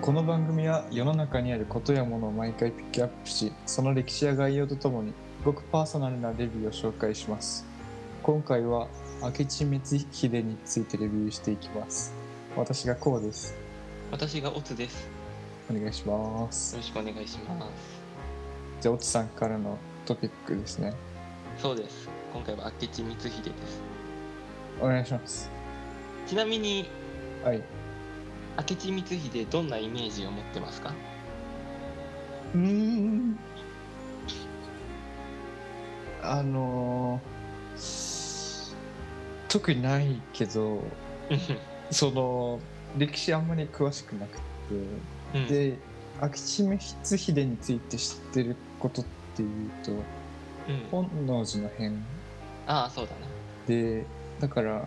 この番組は世の中にあることやものを毎回ピックアップしその歴史や概要とともにごくパーソナルなレビューを紹介します今回は明智光秀についてレビューしていきます私がこうです私がオツです。お願いしまよすろしくお願いします。じゃあおつさんからのトピックですねそうです。今回は明智光秀です。お願いしますちなみにはい明智光秀どんなイメージを持ってますか？うーんあのー特にないけどその歴史あんまり詳しくなくうて、ん、で明智光秀について知ってることっていうとうん、本能寺の変ああそうだね。でだから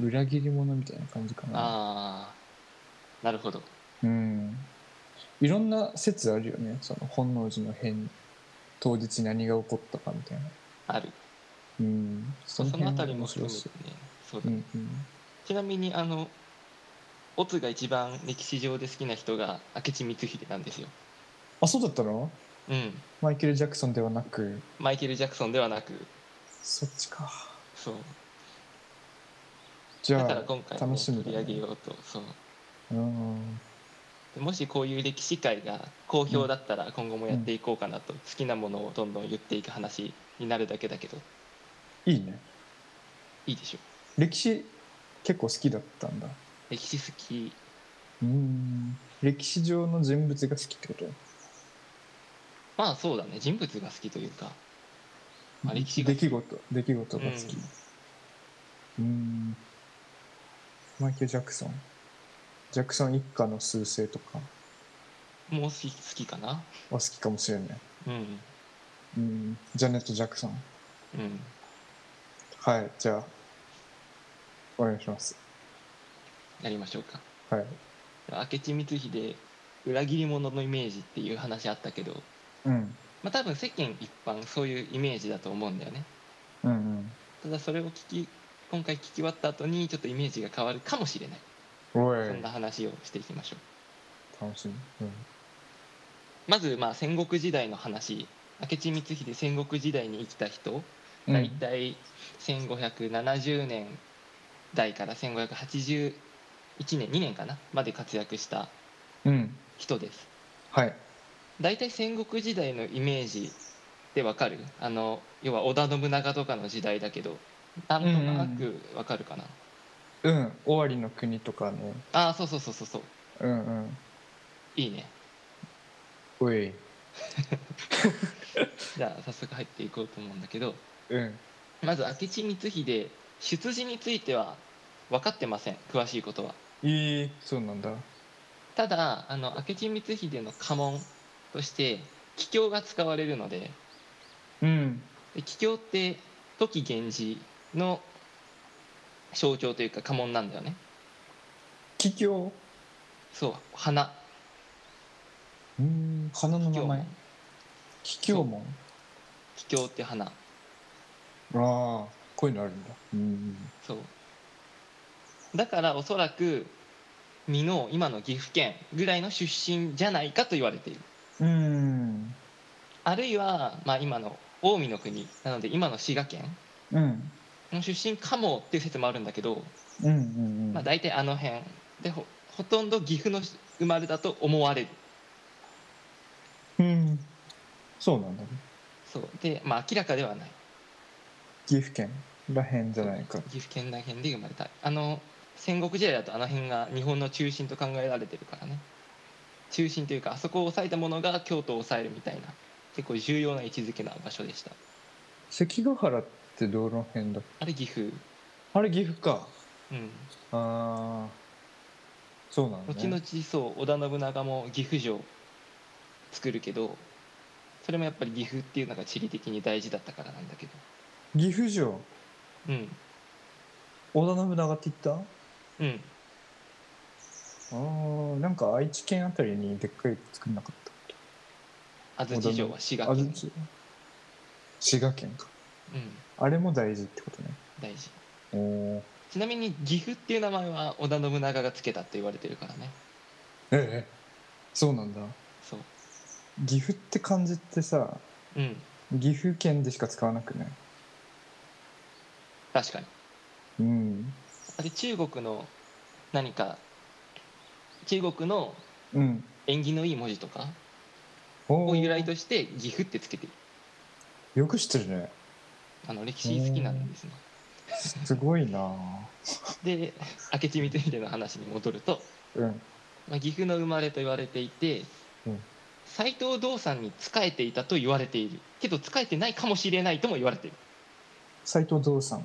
裏切り者みたいな感じかなああなるほど。うんいろんな説あるよねその本能寺の変当日何が起こったかみたいなある。うんそそのあた辺りは面も含白めいてねし。そうだうねんうんちなみにあのオツが一番歴史上で好きな人が明智光秀なんですよ。あそうだったのうん。マイケル・ジャクソンではなくマイケル・ジャクソンではなく、そっちかそう。じだゃからあ今回も楽しみ取だねり上げようと、そう。うんもしこういう歴史会が好評だったら今後もやっていこうかなと、好きなものをどんどん言っていく話になるだけだけどいいねいいでしょ歴史結構好きだったんだ歴史好きうん歴史上の人物が好きってことまあそうだね人物が好きというかまあ歴史が出来事出来事が好きうんマイケル・ジャクソンジャクソン一家の数勢とかはもう好き好きかな好きかもしれないうんうんジャネット・ジャクソンうんはいじゃあお願いしますやりましょうかはい明智光秀裏切り者のイメージっていう話あったけどうんまあ多分世間一般そういうイメージだと思うんだよねうんうんただそれを聞き今回聞き終わった後にちょっとイメージが変わるかもしれないおそんいな話をしていきましょう楽しみ、うん、まずまあ戦国時代の話明智光秀戦国時代に生きた人大体1570年代から1581年2年かなまで活躍したうん、うん、人ですはい大体戦国時代のイメージでわかるあの要は織田信長とかの時代だけどなんとなくわかるかな、うん尾張の国とかねああそうそうそうそうそううんうんいいねおいじゃあ早速入っていこうと思うんだけどうんまず明智光秀出自については分かってません詳しいことはええそうなんだただあの明智光秀の家紋として桔梗が使われるのでうんで桔梗って時源氏の象徴というか家紋なんだよね桔梗そう花うん花の名桔前桔梗門桔梗って花ああこういうのあるんだうんそうだからおそらく美濃今の岐阜県ぐらいの出身じゃないかと言われているうんあるいは、まあ、今の近江の国なので今の滋賀県うんの出身かもっていう説もあるんだけど、うんうんまあ、大体あの辺でほほとんど岐阜の生まれだと思われるうんそうなんだねそうで、まあ、明らかではない岐阜県らへんじゃないか岐阜県ら辺で生まれたあの戦国時代だとあの辺が日本の中心と考えられてるからね中心というかあそこを抑えたものが京都を抑えるみたいな結構重要な位置づけな場所でした関ヶ原って道路辺だあれ岐阜あれ岐阜かうんああそうなんだ、後々そう織田信長も岐阜城作るけどそれもやっぱり岐阜っていうのが地理的に大事だったからなんだけど岐阜城うん織田信長って言ったうんあーなんか愛知県あたりにでっかい作んなかっ安土城は滋た賀安県、土滋賀県かうん、あれも大事ってことね大事おーちなみに岐阜っていう名前は織田信長がつけたって言われてるからねええそうなんだそう岐阜って漢字ってさうん岐阜県でしか使わなくね確かにうんあれ中国の何か中国のうん縁起のいい文字とかおをー由来として岐阜ってつけてるよく知ってるねあの歴史好きなんですねすごいなで明智光秀の話に戻ると、うんまあ、岐阜の生まれと言われていてうん斎、藤道さんに仕えていたと言われているけど仕えてないかもしれないとも言われている斎藤道さん、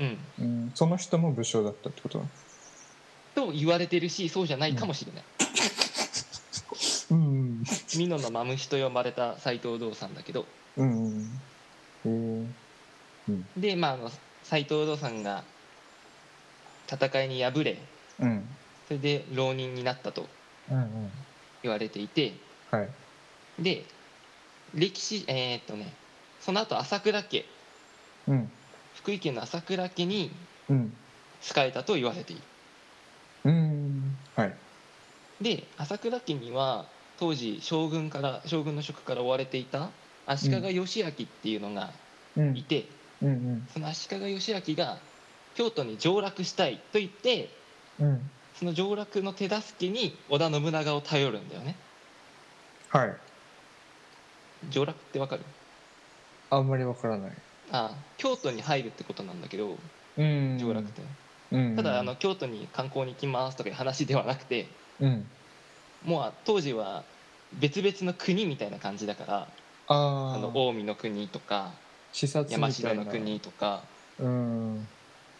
うんうん、その人も武将だったってこととも言われてるしそうじゃないかもしれない、うん美濃のマムシと呼ばれた斎藤道さんだけどうんうんえーでまああの斎藤道さんが戦いに敗れうんそれで浪人になったとうんうん言われていてはいで歴史えーっとねその後朝倉家うん福井県の朝倉家にうん仕えたと言われているうんはいで朝倉家には当時将軍から将軍の職から追われていた足利義昭っていうのがうんいうて、んその足利義昭が京都に上洛したいと言ってうんうんその上洛の手助けに織田信長を頼るんだよねはい上洛ってわかるあんまりわからないあ京都に入るってことなんだけどうん上洛って、うんただあの京都に観光に行きますとかいう話ではなくてうんもう当時は別々の国みたいな感じだからあああの近江の国とか視察みたいな山城の国とかうん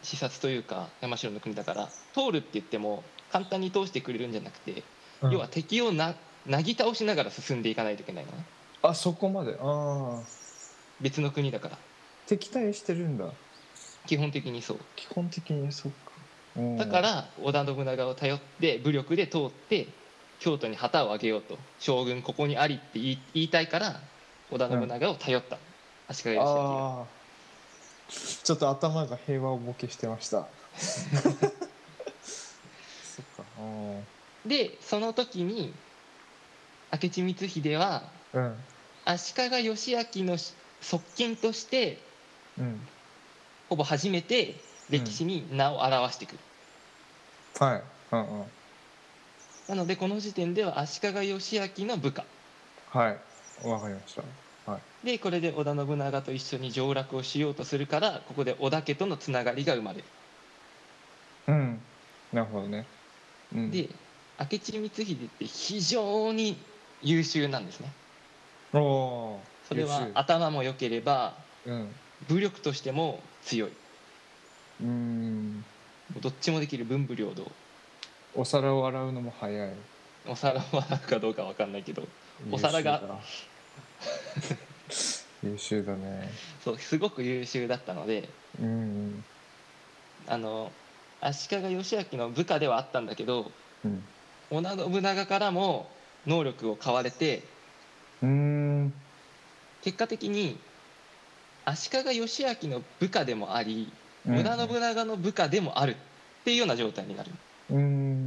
視察というか山城の国だから通るって言っても簡単に通してくれるんじゃなくて、要は敵をななぎ倒しながら進んでいかないといけないのねあそこまでああ別の国だから敵対してるんだ基本的にそう基本的にそっかうんだから織田信長を頼って武力で通って京都に旗を上げようと将軍ここにありって言い言いたいから織田信長を頼った、足利義昭がああちょっと頭が平和をボケしてました そっかうんでその時に明智光秀はうん足利義昭のし側近としてうんほぼ初めて歴史に名を表してくる、はいうんうんなのでこの時点では足利義昭の部下はいわかりましたでこれで織田信長と一緒に上洛をしようとするからここで織田家とのつながりが生まれる、うんなるほどね、うん、で明智光秀って非常に優秀なんですねおおーそれは優秀頭も良ければうん武力としても強いもうーんうどっちもできる文武両道お皿を洗うのも早いお皿を洗うかどうかわかんないけどお皿が優秀だ優秀だねそうすごく優秀だったのでうんあの足利義昭の部下ではあったんだけどうん織田信長からも能力を買われてうんうーん結果的に足利義昭の部下でもありうん織田信長の部下でもあるっていうような状態になるうーん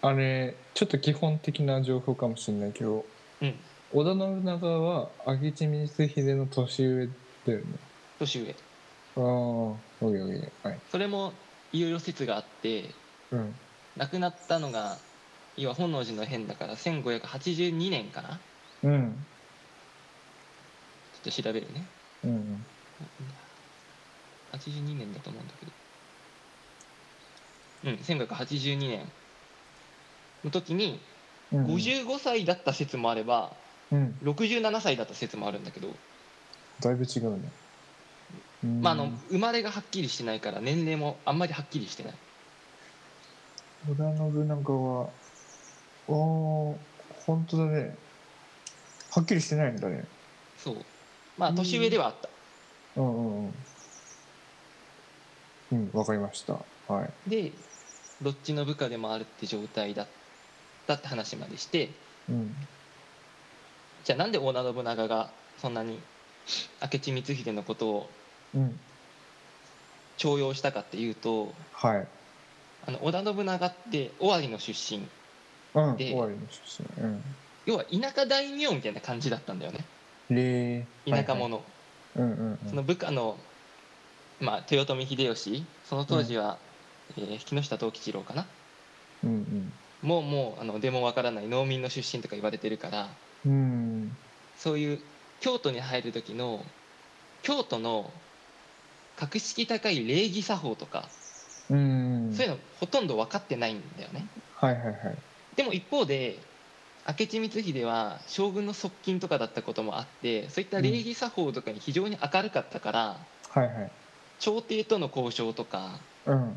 あれちょっと基本的な情報かもしれないけどうん織田信長は明智光秀の年上だよね年上ああおげおげはいそれもいろいろ説があってうん亡くなったのが要は本能寺の変だから1582年かなうんちょっと調べるねうん82年だと思うんだけどうん1982年の時にうん55歳だった説もあればうん67歳だった説もあるんだけど、だいぶ違うねうんまあ、あの生まれがはっきりしてないから年齢もあんまりはっきりしてない織田信長はあー本当だねはっきりしてないんだねそうまあうん年上ではあった、うんうんうんうんわかりましたはいでどっちの部下でもあるって状態だったって話までしてうんじゃあなんで織田信長がそんなに明智光秀のことをうん重用したかっていうとはい。あの織田信長って尾張の出身うん、で終わりの出身。うん。要は田舎大名みたいな感じだったんだよねで、田舎者、はいはい。うんうんうん。その部下の、まあ、豊臣秀吉その当時は、えー木下藤吉郎かなうんもうもうあのでもわからない農民の出身とか言われてるからうん。うん。そういう京都に入る時の京都の格式高い礼儀作法とか、うん。そういうのほとんど分かってないんだよねはいはいはい。でも一方で明智光秀は将軍の側近とかだったこともあってそういった礼儀作法とかに非常に明るかったから、はいはい。朝廷との交渉とかうん。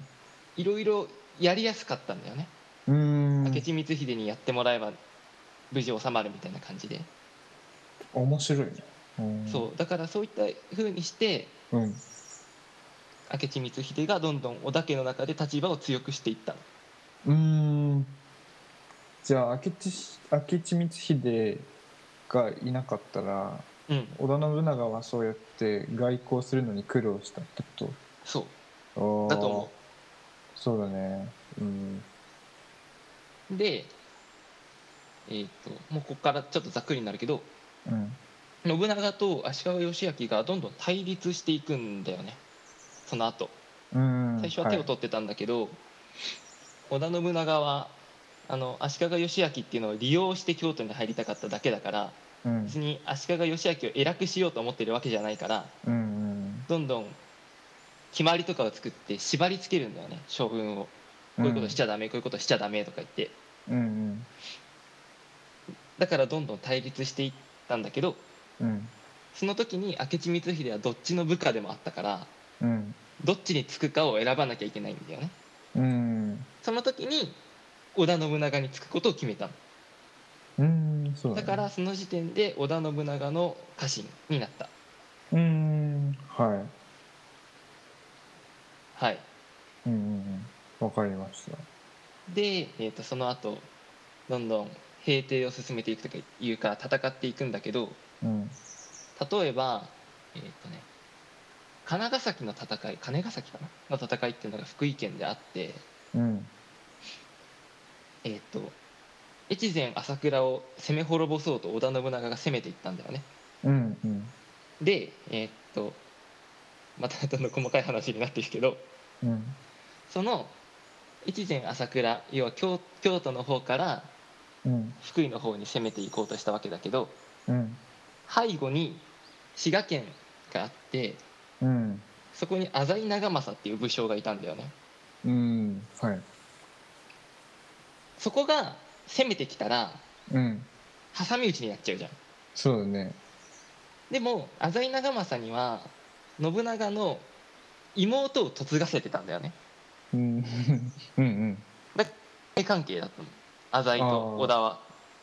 いろいろやりやすかったんだよね、うー明ん。智光秀にやってもらえば無事収まるみたいな感じで、面白いね。うん、そうだからそういった風にしてう。うん。明智光秀がどんどん織田家の中で立場を強くしていったのうーん。じゃあ明智し明智光秀がいなかったらうん織田信長はそうやって外交するのに苦労したってこそうとだと思うそうだねうんうでえっ、ともうここからちょっとざっくりになるけどうん信長と足利義昭がどんどん対立していくんだよねその後うん最初は手を取ってたんだけど、織田信長はあの足利義昭っていうのを利用して京都に入りたかっただけだからはい、うん別に足利義昭を偉くしようと思ってるわけじゃないからうんどんどん決まりとかを作って縛りつけるんだよね将軍をこういうことしちゃダメ、こういうことしちゃダメとか言ってうんうんだからどんどん対立していったんだけどうんその時に明智光秀はどっちの部下でもあったからうんどっちにつくかを選ばなきゃいけないんだよねうんその時に織田信長につくことを決めたのうんそうだ,、だからその時点で織田信長の家臣になったうんははいいうんうんうんわかりましたで、えー、とその後どんどん平定を進めていくというか戦っていくんだけどうん例えばえっ、とね金ヶ崎の戦い金ヶ崎かなの戦いっていうのが福井県であってうんえっ、と越前朝倉を攻め滅ぼそうと織田信長が攻めていったんだよねうんうんでえっ、とまたどんどん細かい話になっていくけどうんその越前朝倉要は京京都の方からうん福井の方に攻めていこうとしたわけだけどうん背後に滋賀県があってうんそこに浅井長政っていう武将がいたんだよねうんはいそこが攻めてきたらうん挟み撃ちになっちゃうじゃんそうだねでも浅井長政には信長の妹を嫁がせてたんだよねうんうんうん関係だったの浅井と織田は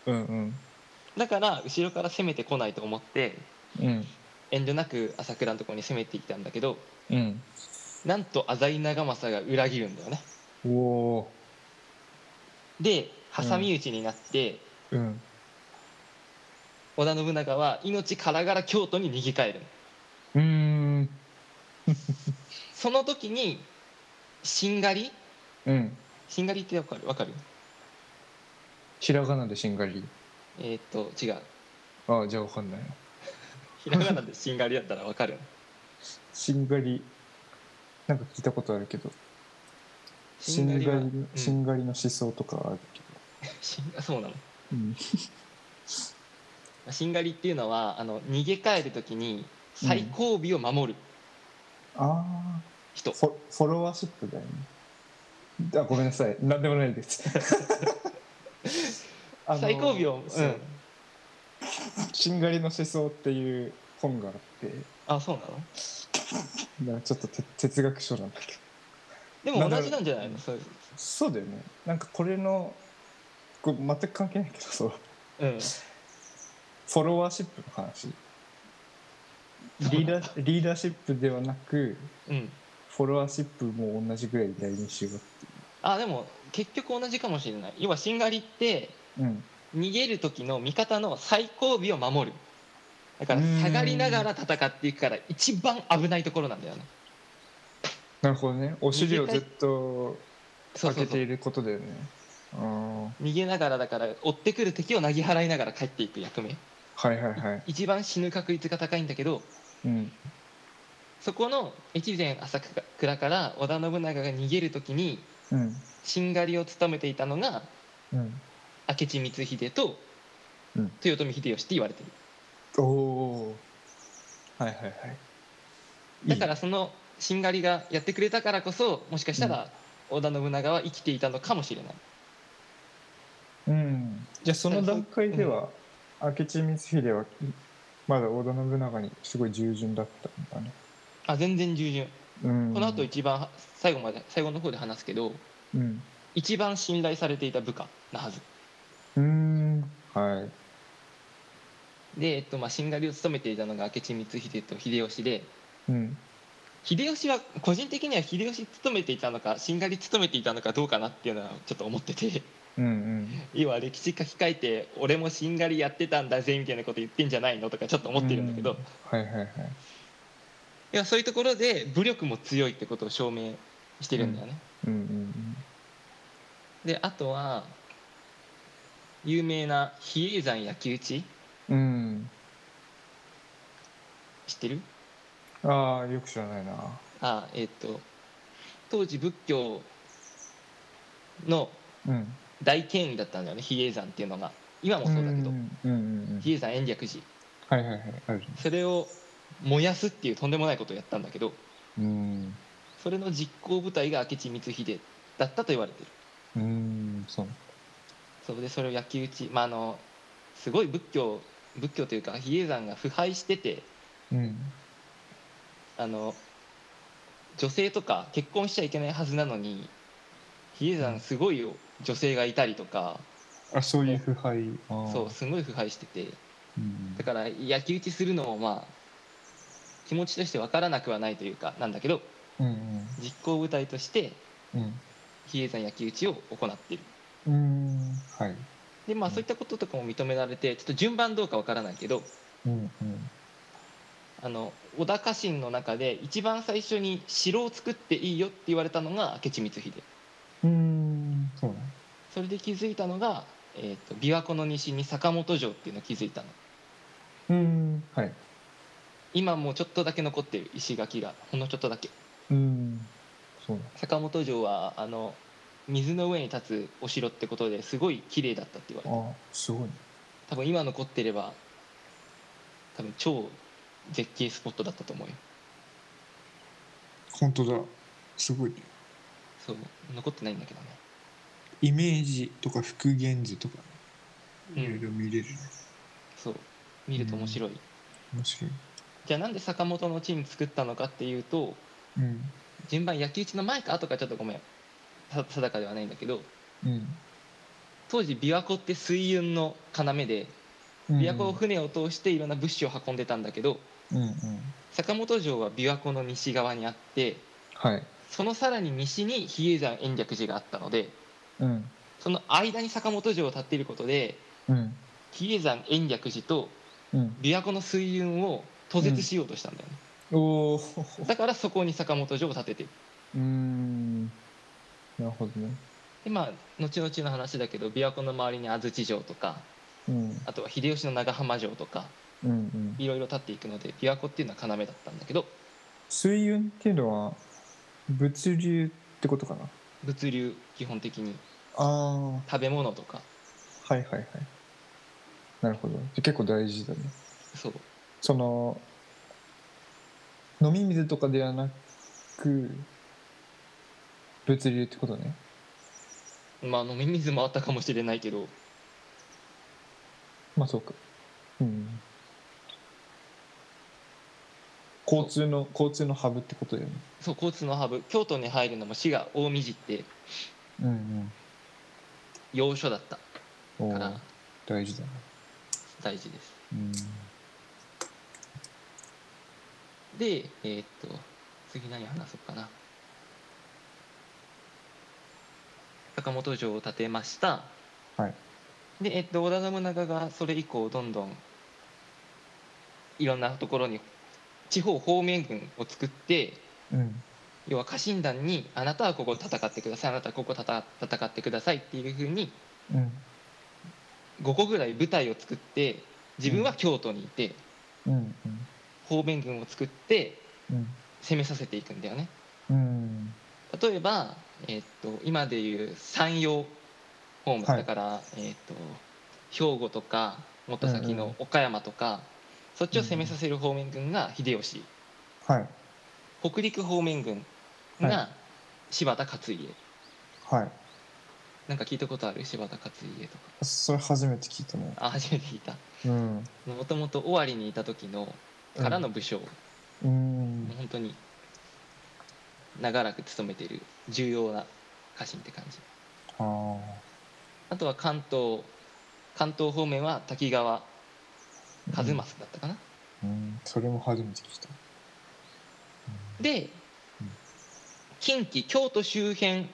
うんうんだから後ろから攻めてこないと思ってうん遠慮なく朝倉のところに攻めてきたんだけどうんなんと浅井長政が裏切るんだよねおおで挟み撃ちになって、ーうん織田信長は命からがら京都に逃げ帰るうーんその時にしんがりうんしんがりってわかるわかるひらがなでしんがりえーっと違うああじゃあわかんないひらがなでしんがりだったらわかるしんがりなんか聞いたことあるけどしんがりはうんしんがりの思想とかあるけどしんがそうなのうんしんがりっていうのはあの逃げ帰る時に最後尾を守るあ人、あフォフォロワーシップだよねあごめんなさいなんでもないですあの最後尾をうそんしんがりの思想っていう本があってあそうなのなんかちょっとて哲学書なんだけどでも同じなんじゃないのそういうそうだよねなんかこれのこれ全く関係ないけどそううんフォロワーシップの話リーダーリーダーシップではなくうんフォロワーシップも同じぐらい大事にしよあでも結局同じかもしれない要はしんがりってううん逃げる時の味方の最後尾を守るだからうーん下がりながら戦っていくから一番危ないところなんだよねなるほどねお尻をずっとそ開うそけうそてういることだよねうんは逃げながらだから追ってくる敵をなぎ払いながら帰っていく役目いはいはい一番死ぬ確率が高いんだけどうんそこの越前朝倉から織田信長が逃げる時にうんしんがりを務めていたのがうん明智光秀とうん豊臣秀吉って言われてるおおーはいはいはいいいだからそのしんがりがやってくれたからこそもしかしたら織田信長は生きていたのかもしれないうんじゃあその段階では、明智光秀はまだ織田信長にすごい従順だったんだね、あ全然従順うん、この後一番最後まで最後の方で話すけどうん一番信頼されていた部下なはずうーんはいで、えっとまあ、しんがりを務めていたのが明智光秀と秀吉でうん秀吉は個人的には秀吉勤めていたのかしんがり勤めていたのかどうかなっていうのはちょっと思ってて うんうん要は歴史書き換えて俺もしんがりやってたんだぜみたいなこと言ってんじゃないのとかちょっと思ってるんだけど、うはいはいはいいやそういうところで武力も強いってことを証明してるんだよね、うんうんであとは有名な比叡山焼き討ちうん知ってるうんああよく知らないなあえっ、と当時仏教のうん大権威だったんだよね比叡山っていうのが今もそうだけど、うんうんうん比叡山延暦寺はいはいはいあるそれを燃やすっていうとんでもないことをやったんだけどうんそれの実行部隊が明智光秀だったと言われてるうんそうそうでそれを焼き討ち、まあ、あのすごい仏教仏教というか比叡山が腐敗しててうんあの女性とか結婚しちゃいけないはずなのに比叡山すごい女性がいたりとかあそういう腐敗あーそうすごい腐敗しててうんだから焼き討ちするのもまあ気持ちとして分からなくはないというかなんだけどうん実行部隊としてうん比叡山焼き討ちを行ってるうんうんはいでまあうんそういったこととかも認められてちょっと順番どうか分からないけどうんうんあの織田家臣の中で一番最初に城を作っていいよって言われたのが明智光秀うんそうねそれで気づいたのが、えー、と琵琶湖の西に坂本城っていうのを気づいたのうんはい今もうちょっとだけ残ってる石垣がほんのちょっとだけうんそうね坂本城はあの水の上に立つお城ってことですごい綺麗だったって言われてるあすごいね多分今残ってれば多分超絶景スポットだったと思うよ本当だすごいねそう残ってないんだけどねイメージとか復元図とかうねんいろいろ見れるねそう見ると面白い、面白いじゃあなんで坂本の地に作ったのかっていうとうん順番焼き討ちの前か後かちょっとごめんた定かではないんだけどうん当時琵琶湖って水運の要で琵琵琶湖を船を通していろんな物資を運んでたんだけどうんうん坂本城は琵琶湖の西側にあってはいそのさらに西に比叡山延暦寺があったのでうんその間に坂本城を建っていることでうん比叡山延暦寺とうん琵琶湖の水運を途絶しようとしたんだよね、おおだからそこに坂本城を建ててる うんなるほどねでまあ後々の話だけど琵琶湖の周りに安土城とかうんあとは秀吉の長浜城とかうんうんいろいろ建っていくので琵琶湖っていうのは要だったんだけど水運っていうのは物流ってことかな物流基本的にああは食べ物とかいはいはいなるほどじゃあ結構大事だねそうその飲み水とかではなく物流ってことねまあ飲み水もあったかもしれないけどまあそうかうん交通の交通のハブってことだよねそう交通のハブ京都に入るのも滋賀近江路ってうん要所だったうんから大事だな大事ですうんでえーっと次何話そうかな坂本城を建てましたはいでえっと織田信長がそれ以降どんどんいろんなところに地方方面軍を作ってうん要は家臣団に「あなたはここ戦ってくださいあなたはここ戦戦ってください」っていうふうにうん5個ぐらい部隊を作って自分は京都にいてうん方面軍を作ってうん攻めさせていくんだよね。うん例えば、えーっと今でいう山陽ホームズはいだから、えーっと兵庫とかもっと先うんうのん岡山とか、そっちを攻めさせる方面軍が秀吉はい北陸方面軍が柴田勝家、はいなんか聞いたことある柴田勝家とかそれ初めて聞いたねあ初めて聞いたうんもともと尾張にいた時のからの武将、うん本当に長らく務めている重要な家臣って感じあーあとは関東関東方面は滝川う一ん正だったかな、うんそれも初めて聞いたでうん近畿京都周辺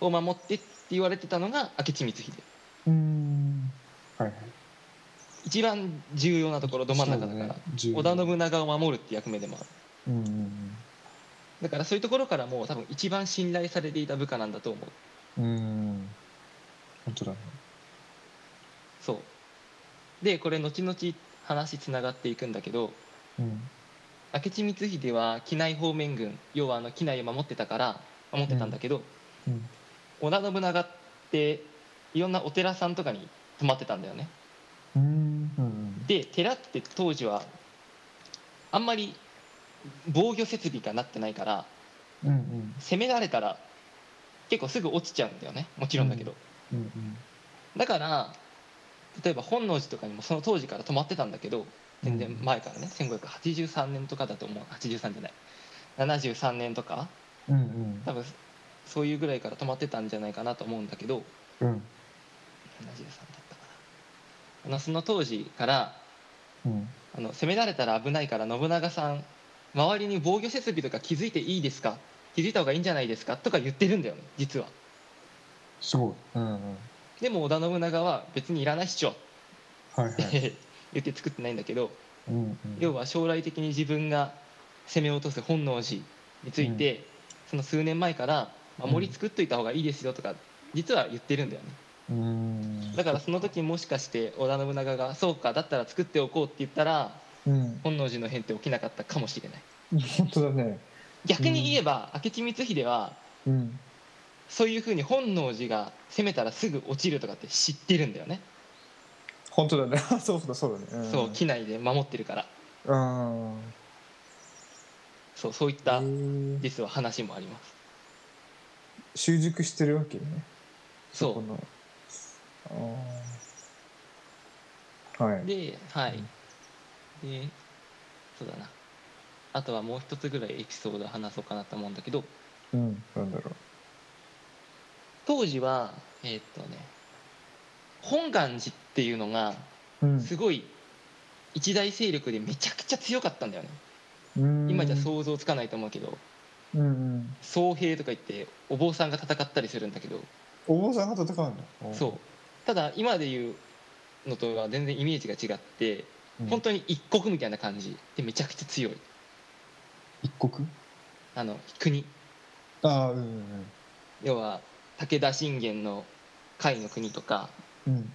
を守ってって言われてたのが明智光秀うんはいはい一番重要なところど真ん中だかそうら、ね織田信長を守るって役目でもあるうんうんだからそういうところからもう多分一番信頼されていた部下なんだと思ううんうん本当だねそうでこれ後々話つながっていくんだけどうん明智光秀は畿内方面軍要はあの畿内を守ってたから守ってたんだけど、うん織田信長っていろんなお寺さんとかに泊まってたんだよねうんうんで寺って当時はあんまり防御設備がなってないからうんうん攻められたら結構すぐ落ちちゃうんだよねもちろんだけど、うんうんだから例えば本能寺とかにもその当時から泊まってたんだけど全然前からね1583年とかだと思う83じゃない73年とかうんうん多分そういうぐらいから泊まってたんじゃないかなと思うんだけどうん73だったかなあのその当時からうんあの攻められたら危ないから信長さん周りに防御設備とか気づいていいですか気づいた方がいいんじゃないですかとか言ってるんだよね実はすごいうんうんでも織田信長は別にいらないっしょっはいはて、い 言って作ってないんだけどうんうん要は将来的に自分が攻め落とす本能寺について、その数年前から守り作っといた方がいいですよとか実は言ってるんだよねうんだからその時もしかして織田信長が「そうかだったら作っておこう」って言ったらうん本能寺の変って起きなかったかもしれない本当だね逆に言えば、明智光秀はうんそういうふうに本能寺が攻めたらすぐ落ちるとかって知ってるんだよね、本当だねそうだそうだねんそう機内で守ってるからうんそうそういっへたー実は話もあります習熟してるわけねそうこのあーはいではい、うんでそうだなあとはもう一つぐらいエピソード話そうかなと思うんだけどうんなんだろ当時はえーっとね本願寺っていうのがううんすごい一大勢力でめちゃくちゃ強かったんだよねうん今じゃ想像つかないと思うけどうんうん僧兵とか言ってお坊さんが戦ったりするんだけどお坊さんが戦うんだそうただ今で言うのとは全然イメージが違ってうん本当に一国みたいな感じでめちゃくちゃ強い一国あの国ああうんうん要は武田信玄の甲斐の国とかうん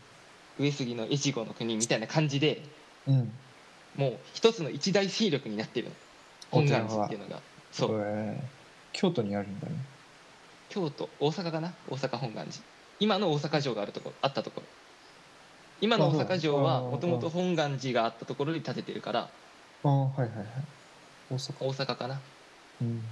上杉の越後の国みたいな感じでうんもう一つの一大勢力になってるの本願寺っていうのがそうへー京都にあるんだね京都大阪かな大阪本願寺今の大阪城があるところあったところ今の大阪城あはそうもともと本願寺があったところに建ててるからああはいはいはい大阪大阪かなうん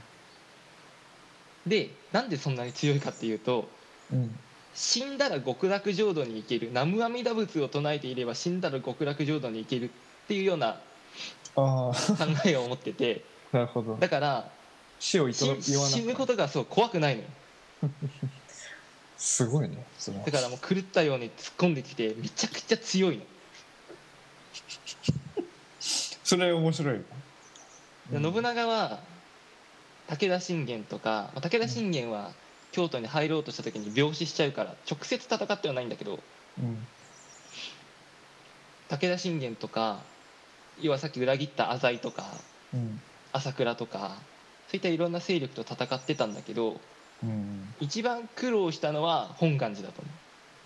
でなんでそんなに強いかっていうとうん死んだら極楽浄土に行ける南無阿弥陀仏を唱えていれば死んだら極楽浄土に行けるっていうようなああ考えを持ってて なるほどだから死をいと死わ言わな死ぬこととがそう怖くないのよすごいねそれはだからもう狂ったように突っ込んできてめちゃくちゃ強いのそれ面白いわで信長は武田信玄とかまあ武田信玄は京都に入ろうとした時に病死しちゃうから直接戦ってはないんだけどうん武田信玄とか要はさっき裏切った浅井とかうん朝倉とかそういったいろんな勢力と戦ってたんだけどうん一番苦労したのは本願寺だと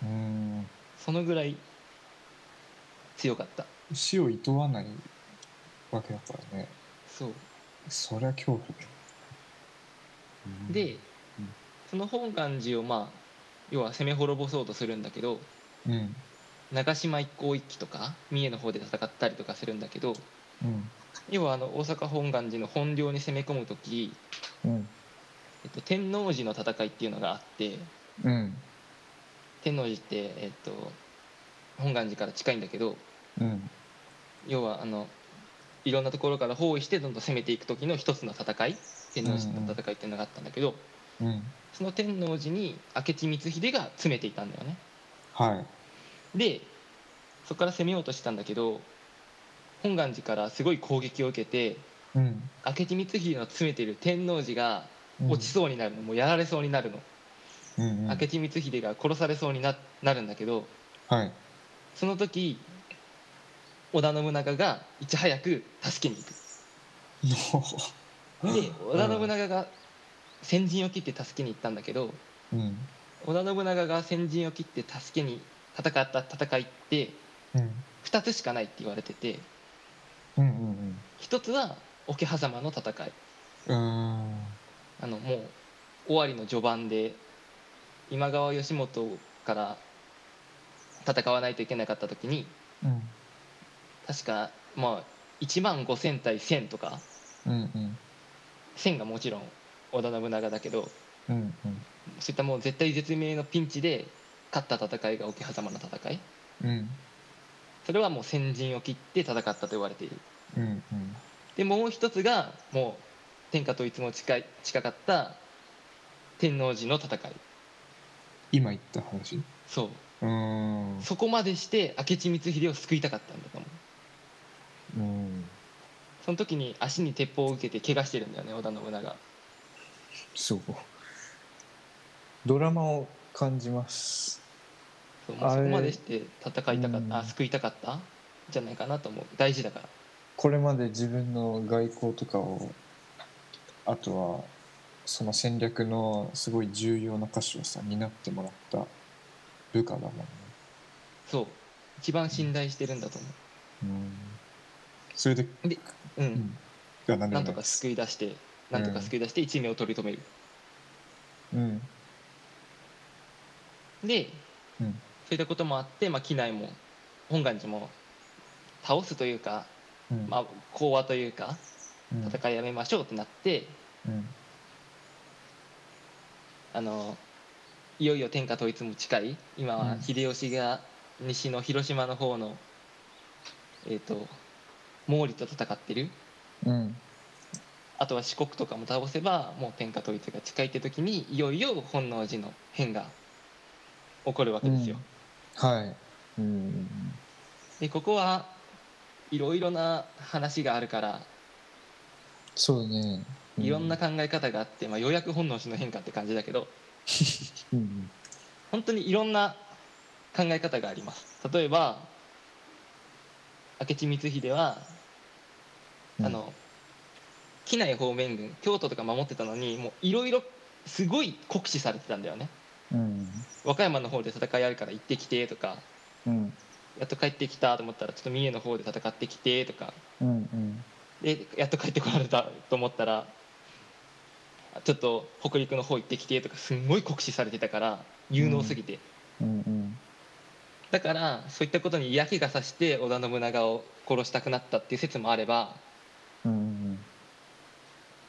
思ううんそのぐらい強かった死を厭わないわけだからねそうそりゃ恐怖だよでうんその本願寺をまあ要は攻め滅ぼそうとするんだけどうん長島一向一揆とか三重の方で戦ったりとかするんだけどうん要はあの大阪本願寺の本領に攻め込む時、うんえっと、天王寺の戦いっていうのがあってうん天王寺って、えっと、本願寺から近いんだけどうん要はあのいろんなところから包囲してどんどん攻めていく時の一つの戦い天王寺の戦いっていうのがあったんだけど、うんその天王寺に明智光秀が詰めていたんだよね。はいでそこから攻めようとしたんだけど本願寺からすごい攻撃を受けてうん明智光秀の詰めてる天王寺がうん落ちそうになるの、もうやられそうになるの、うんうん明智光秀が殺されそうにななるんだけどはいその時織田信長がいち早く助けに行くで織田信長が先陣を切って助けに行ったんだけどうん織田信長が先陣を切って助けに戦った戦いってうん2つしかないって言われててうんうん1つは桶狭間の戦いうんうんあのもう尾張の序盤で今川義元から戦わないといけなかった時にうん確かまあ1万5,000対1,000とかうんうん1,000がもちろん織田信長だけどうんそういったもう絶対絶命のピンチで勝った戦いが桶狭間の戦いうんそれはもう先陣を切って戦ったと言われているうんでもう一つがもう天下統一も近い近かった天王寺の戦い今言った話そううんそこまでして明智光秀を救いたかったんだと思ううんその時に足に鉄砲を受けて怪我してるんだよね織田信長そうドラマを感じますそうもうあそれこまでして戦いたかっうんたあ救いたかったんじゃないかなと思う大事だからこれまで自分の外交とかをあとはその戦略のすごい重要な箇所をさ担ってもらった部下だもんねそう一番信頼してるんだと思うんそれでううん、うんが何でなもんなといかです救い出してなんとか救い出して一命を取り留める、うんで、うんそういったこともあって、まあ、機内も本願寺も倒すというか、うんまあ、講和というかうん戦いやめましょうってなって、うんあのいよいよ天下統一も近い今はうん秀吉が西の広島の方の、えっと毛利と戦ってるうんあとは四国とかも倒せばもう天下統一が近いって時にいよいよ本能寺の変が起こるわけですよ。はいうんでここはいろいろな話があるからそうだねういろんな考え方があって、まあ、ようやく本能寺の変化って感じだけどうん本当にいろんな考え方があります例えば明智光秀はあの、畿内方面軍京都とか守ってたのにもういろいろすごい酷使されてたんだよねうん和歌山の方で戦いあるから行ってきてとかうんやっと帰ってきたと思ったらちょっと三重の方で戦ってきてとかうんうんでやっと帰ってこられたと思ったらちょっと北陸の方行ってきてとかすんごい酷使されてたから有能すぎて、うんうんだからそういったことに嫌気がさして織田信長を殺したくなったっていう説もあればうん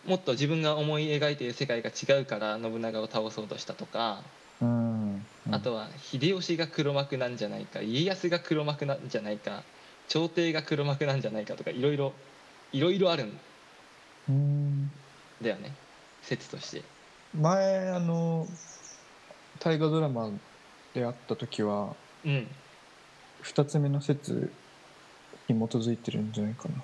もっと自分が思い描いている世界が違うから信長を倒そうとしたとか、うんうんあとは秀吉が黒幕なんじゃないか家康が黒幕なんじゃないか朝廷が黒幕なんじゃないかとかいろいろいろいろあるんうんだよね説として。前あの大河ドラマで会った時はうん2つ目の説に基づいてるんじゃないかな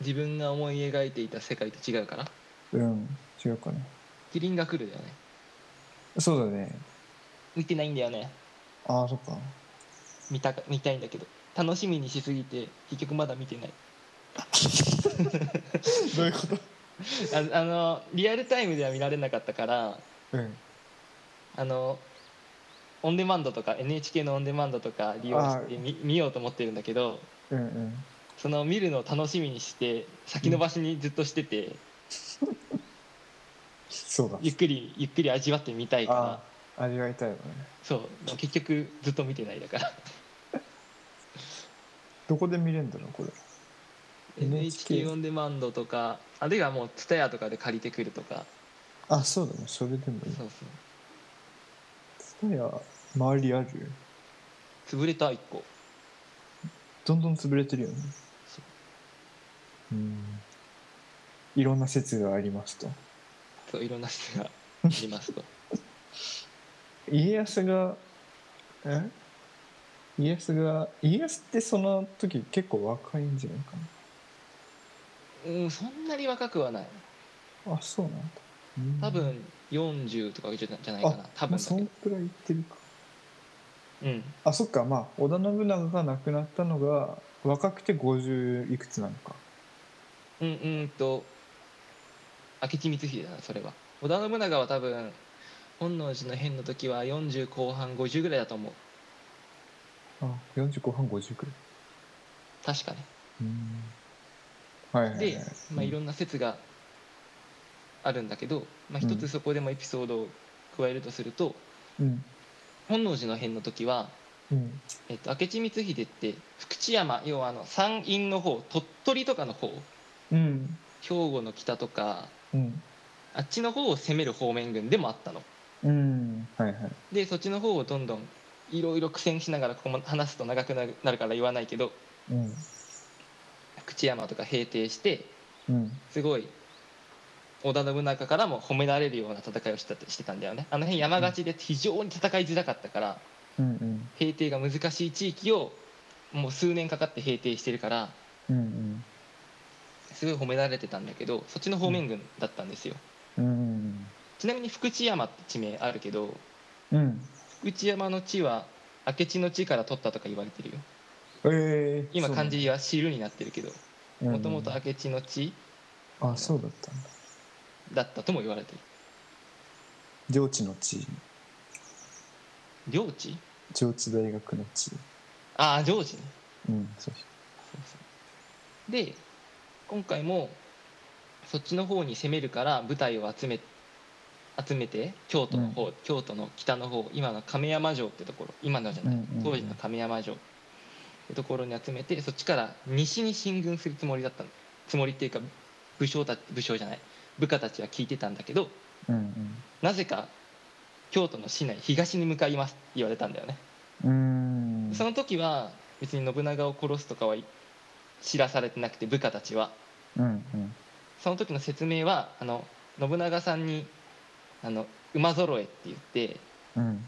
自分が思い描いていた世界と違うからうん違うかなキリンが来るだよねそうだね見てないんだよねああそっか見たか見たいんだけど楽しみにしすぎて結局まだ見てないどういうことああのリアルタイムでは見られなかったからうんあのオンデマンドとか NHK のオンデマンドとか利用してみ見ようと思ってるんだけどうんうんその見るのを楽しみにして先延ばしにずっとしてて、そうだゆっくりゆっくり味わってみたいからああ味わいたいよねそう結局ずっと見てないだからどこで見れるんだろうこれ NHK NHK オンデマンドとかあるいはもう TSUTAYA とかで借りてくるとかあそうだねそれでもいいそうそうや周りあるそう潰れた一個どんどん潰れてるよねそううんいろんな説がありますとそういろんな人がいま すと家康がえ家康が家康ってその時結構若いんじゃないかうんそんなに若くはないなあそうなんだうん多分40とかじゃじゃないかな多まあ分だけどそんくらいいってるかうんあそっかまあ織田信長が亡くなったのが若くて50いくつなのかうんうんと明智光秀だなそれは織田信長は多分本能寺の変の時は40後半50ぐらいだと思うあ40後半50くらい確かねうんはいはい、はい、で、まあ、いろんな説があるんだけど、まあ、一うんつそこでもエピソードを加えるとすると、うん本能寺の変の時は、うんえっと、明智光秀って福知山要はあの山陰の方鳥取とかの方うん兵庫の北とかうんあっちの方を攻める方面軍でもあったの。うんはいはいでそっちの方をどんどんいろいろ苦戦しながらここも話すと長くなるなるから言わないけどうん福知山とか平定してうんすごい織田信長からも褒められるような戦いをしたってしてたんだよねあの辺山勝ちで非常に戦いづらかったからうんうん平定が難しい地域をもう数年かかって平定してるからうんすごい褒められてたんだけどそっちの方面軍だったんですようんうんちなみに福知山って地名あるけどうん福知山の地は明智の地から取ったとか言われてるよええ今漢字は「汁」になってるけどもともとあ明智の地あそうだったんだだったとも言われてる上智の地領地上智大学の地ああ領地ねうんそうで今回もそっちの方に攻めるから部隊を集め集めて京都の方、京都の北の方今の亀山城ってところ今のじゃない、うんうんうん当時の亀山城ってところに集めてそっちから西に進軍するつもりだったのつもりっていうか武将た武将じゃない部下たちは聞いてたんだけどうんなぜか京都の市内東に向かいますって言われたんだよね。うんうんその時は別に信長を殺すとかはい知らされてなくて部下たちはうんうんその時の説明はあの信長さんにあの馬揃えって言ってうん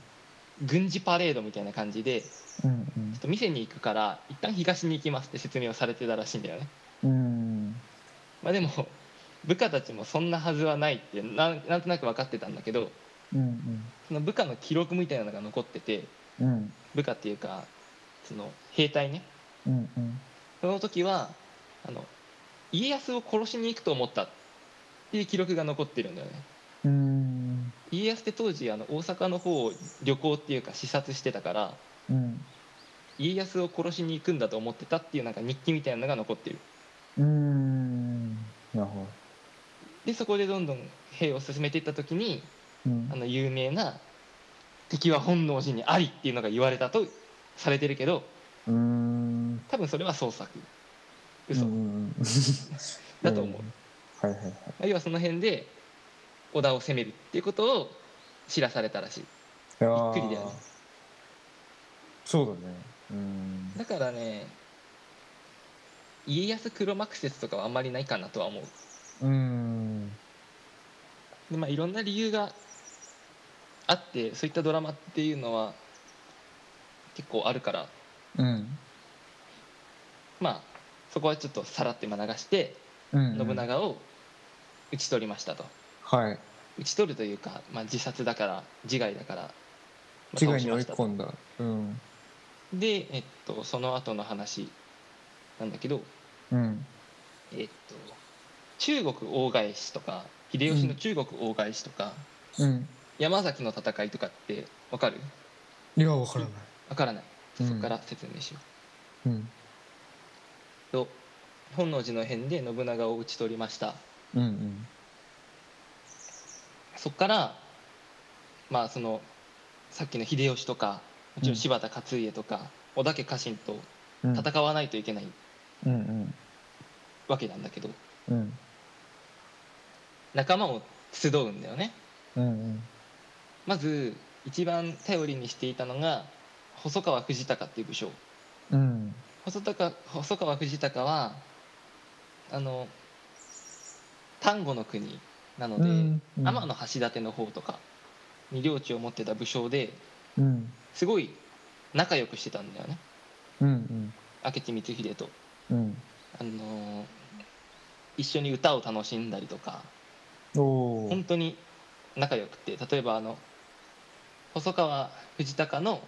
軍事パレードみたいな感じでちうょんっと店に行くから一旦東に行きますって説明をされてたらしいんだよね、うんまあ、でも部下たちもそんなはずはないってなんなんとなく分かってたんだけどうんその部下の記録みたいなのが残っててうん部下っていうかその兵隊ねうんうんその時はあの家康を殺しに行くと思ったっていう記録が残ってるんだよねうん家康って当時あの大阪の方を旅行っていうか視察してたからうん家康を殺しに行くんだと思ってたっていうなんか日記みたいなのが残ってるうんなるほどでそこでどんどん兵を進めていった時にうんあの有名な「敵は本能寺にあり」っていうのが言われたとされてるけどうん多分それは創作う嘘、んだと思う、はいはいはいまあ要はその辺で織田を攻めるっていうことを知らされたらしいびびっくりだよねそうだねうんだからね家康黒幕説とかはあんまりないかなとは思ううんで、まあ、いろんな理由があってそういったドラマっていうのは結構あるからうんまあそこはちょっとさらって今流してうん信長を討ち取りましたとはい討ち取るというか、まあ、自殺だから自害だから、まあ被害に追い倒しましたと込んだうんで、えっと、その後の話なんだけどうんえっと中国大返しとか秀吉の中国大返しとか、うん。山崎の戦いとかってわかるいや、わからない。わからないうんそこから説明しようん。う、と本能寺の変で信長を討ち取りましたうんうん。そこからまあそのさっきの秀吉とかもちろん柴田勝家とか、織田家家臣とうん戦わないといけないうんうんわけなんだけどうん仲間を集うんだよねうんまず一番頼りにしていたのが細川藤孝っていう武将うんうん細高細川藤孝はあの丹後の国なので、うんうん天橋立の方とかに領地を持ってた武将でうんすごい仲良くしてたんだよねうん明智光秀と、うんあのー一緒に歌を楽しんだりとかおお本当に仲良くて例えばあの細川藤孝の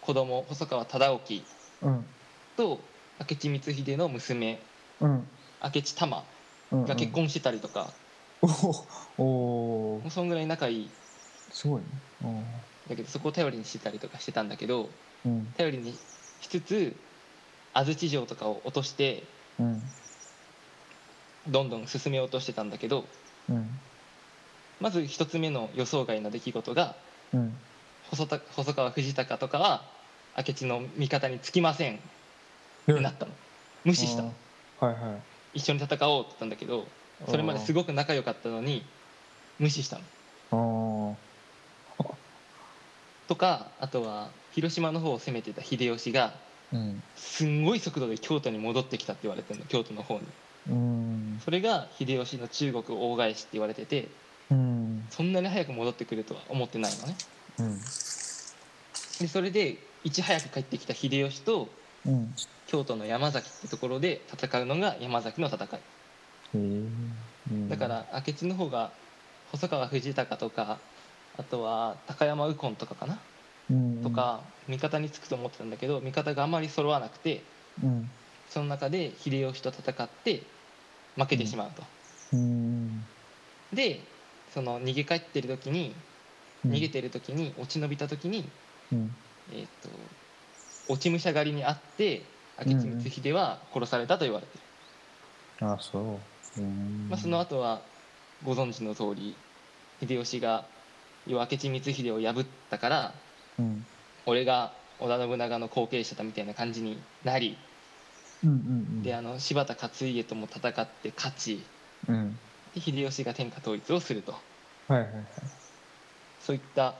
子供細川忠興うんと明智光秀の娘うん明智玉うんが結婚してたりとか、おおもうそんぐらい仲いいんすごいねだけどそこを頼りにしてたりとかしてたんだけどうん頼りにしつつ安土城とかを落としてうんどんどん進めようとしてたんだけどうんまず一つ目の予想外の出来事がうん細田細川藤孝とかは明智の味方につきませんっうてなったの無視したのはいは一緒に戦おうって言ったんだけどいそれまですいごく仲良かったのに無視したのあーとかあとは広島の方を攻めてた秀吉がうんすんごい速度で京都に戻ってきたって言われてるの京都の方にうんそれが秀吉の中国大返しって言われててうんそんなに早く戻ってくるとは思ってないのねうんでそれでいち早く帰ってきた秀吉とうん京都の山崎ってところで戦うのが山崎の戦いへーうんだから明智の方が細川藤孝とかあとは高山右近とかかなうんとか味方につくと思ってたんだけど味方があまり揃わなくてうんその中で秀吉と戦って負けてしまうと。うんでその逃げ帰ってる時にうん逃げてる時に落ち延びた時に、うんえー、と落ち武者狩りにあって明智光秀は殺されたと言われてる、あーそううんまあ、その後はご存知の通り秀吉が要は明智光秀を破ったからうん俺が織田信長の後継者だみたいな感じになりうんうんであの柴田勝家とも戦って勝ちうんうんで秀吉が天下統一をするとはいはいはいそういった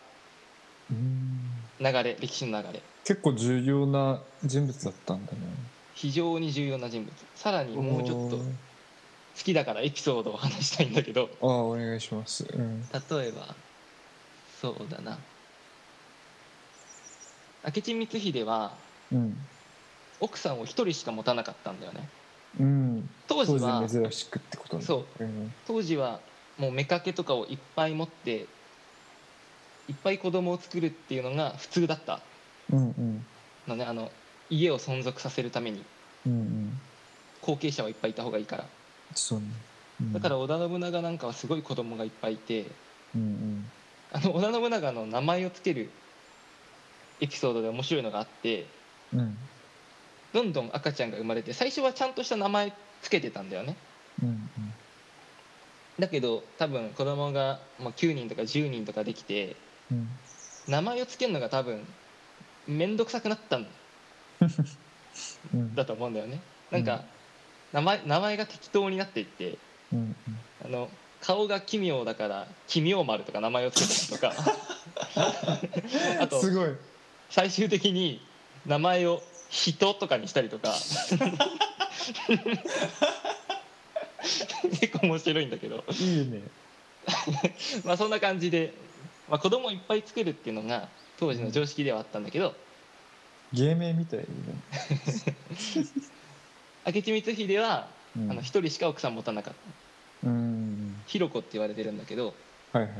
うん流れ歴史の流れ結構重要な人物だったんだね非常に重要な人物さらにもうちょっと好きだからエピソードを話したいんだけどああお願いしますうん例えばそうだな明智光秀はうん、奥さんを一人しか持たなかったんだよねうん、当時当は時珍しくってことねそうん当時はもう妾とかをいっぱい持っていっぱい子供を作るっていうのが普通だったうんうんのねあの家を存続させるためにうんうん後継者はいっぱいいた方がいいからそうね、うん、だから織田信長なんかはすごい子供がいっぱいいてうんあの織田信長の名前をつけるエピソードで面白いのがあってうんうんどんどん赤ちゃんが生まれて最初はちゃんとした名前つけてたんだよねうんだけど多分子供がまあ9人とか10人とかできてうん名前をつけるのが多分面倒くさくなったんうんうんだと思うんだよねなんか名前名前が適当になっていってうんあの顔が奇妙だから「奇妙丸」とか名前をつけたりと かあうんとすごい最終的に名前を「人」とかにしたりとか 結構面白いんだけど、いいねまあ、そんな感じで、まあ、子供をいっぱい作るっていうのが当時の常識ではあったんだけど芸名みたいね明智光秀はうあんの一人しか奥さん持たなかったうんひろ子って言われてるんだけどはいはい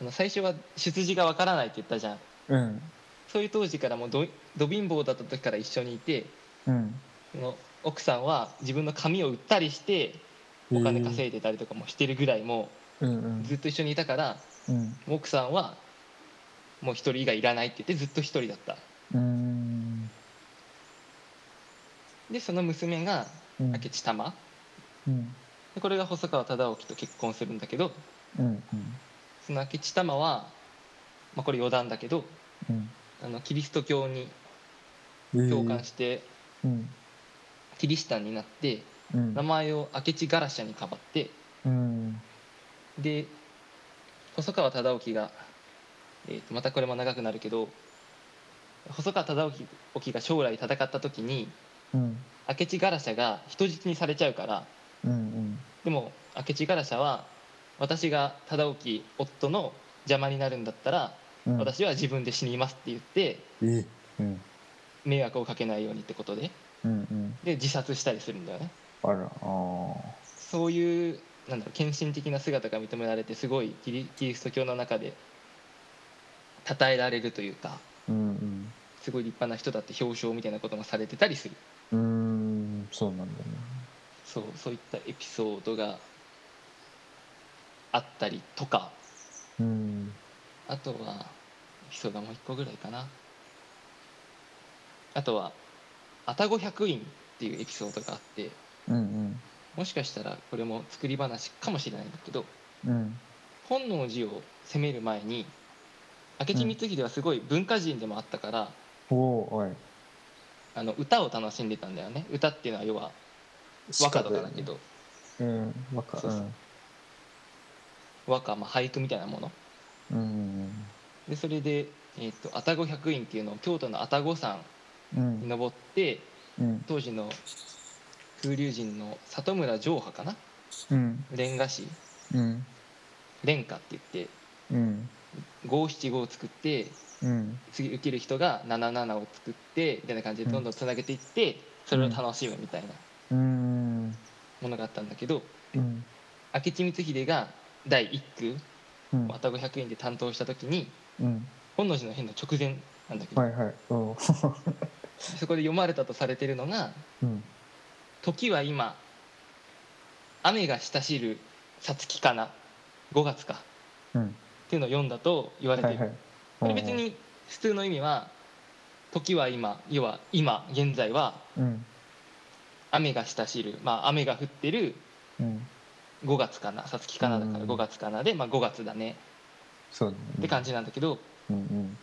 あの最初は出自がわからないって言ったじゃんうんそういう当時からもうどど貧乏だった時から一緒にいてうんその奥さんは自分の髪を売ったりしてお金い稼いでたりとかもしてるぐらいもうんうんずっと一緒にいたからうん奥さんはもう一人以外いらないって言ってずっと一人だったうんでその娘がうん明智玉うんでこれが細川忠興と結婚するんだけどうんその明智玉は、まあ、これ余談だけどうんあのキリスト教にうん共感してうんキリシタンになってうん名前を明智ガラシャにかばってうんで細川忠興が、えーとまたこれも長くなるけど細川忠興が将来戦った時にうん明智ガラシャが人質にされちゃうからうんでも明智ガラシャは私が忠興夫の邪魔になるんだったらうん私は自分で死にますって言ってえうん迷惑をかけないようにってことでうんうんで自殺したりするんだよねあらあーそういうなんだろう献身的な姿が認められてすごいキリキリスト教の中で称えられるというかうんすごい立派な人だって表彰みたいなことがされてたりするうんうんそうなんだねそうそういったエピソードがあったりとかうんあとはエピソードはもう一個ぐらいかなあとは「愛宕百院」っていうエピソードがあってうんもしかしたらこれも作り話かもしれないんだけどうんうん本能寺を攻める前に明智光秀はすごい文化人でもあったから、おーおいあの歌を楽しんでたんだよね歌っていうのは要は和歌とかだけど、うん和歌そうそう和歌、まあ、俳句みたいなものうんうんでそれで、えー、と愛宕百院っていうのを京都の愛宕山うにん登ってうん当時の風流人の里村城派かなうん蓮華師うん蓮華って言ってうん五七五を作ってうん次受ける人が七七を作ってみたいな感じでどんどんつなげていって、それを楽しむみたいなうんものがあったんだけどうん明智光秀が第一区うん愛宕百院で担当した時にうん本能寺の変の直前なんだけど、はいはいおーそこで読まれたとされてるのがうん「時は今雨がしたしるさつきかな5月か」うんっていうのを読んだと言われはている、はいこれ別に普通の意味は「時は今」要は「今」現在はうん雨がしたしる、まあ、雨が降ってるうん5月かなさつきかなだからうん5月かなで、まあ、5月だねそうだねって感じなんだけどうんうん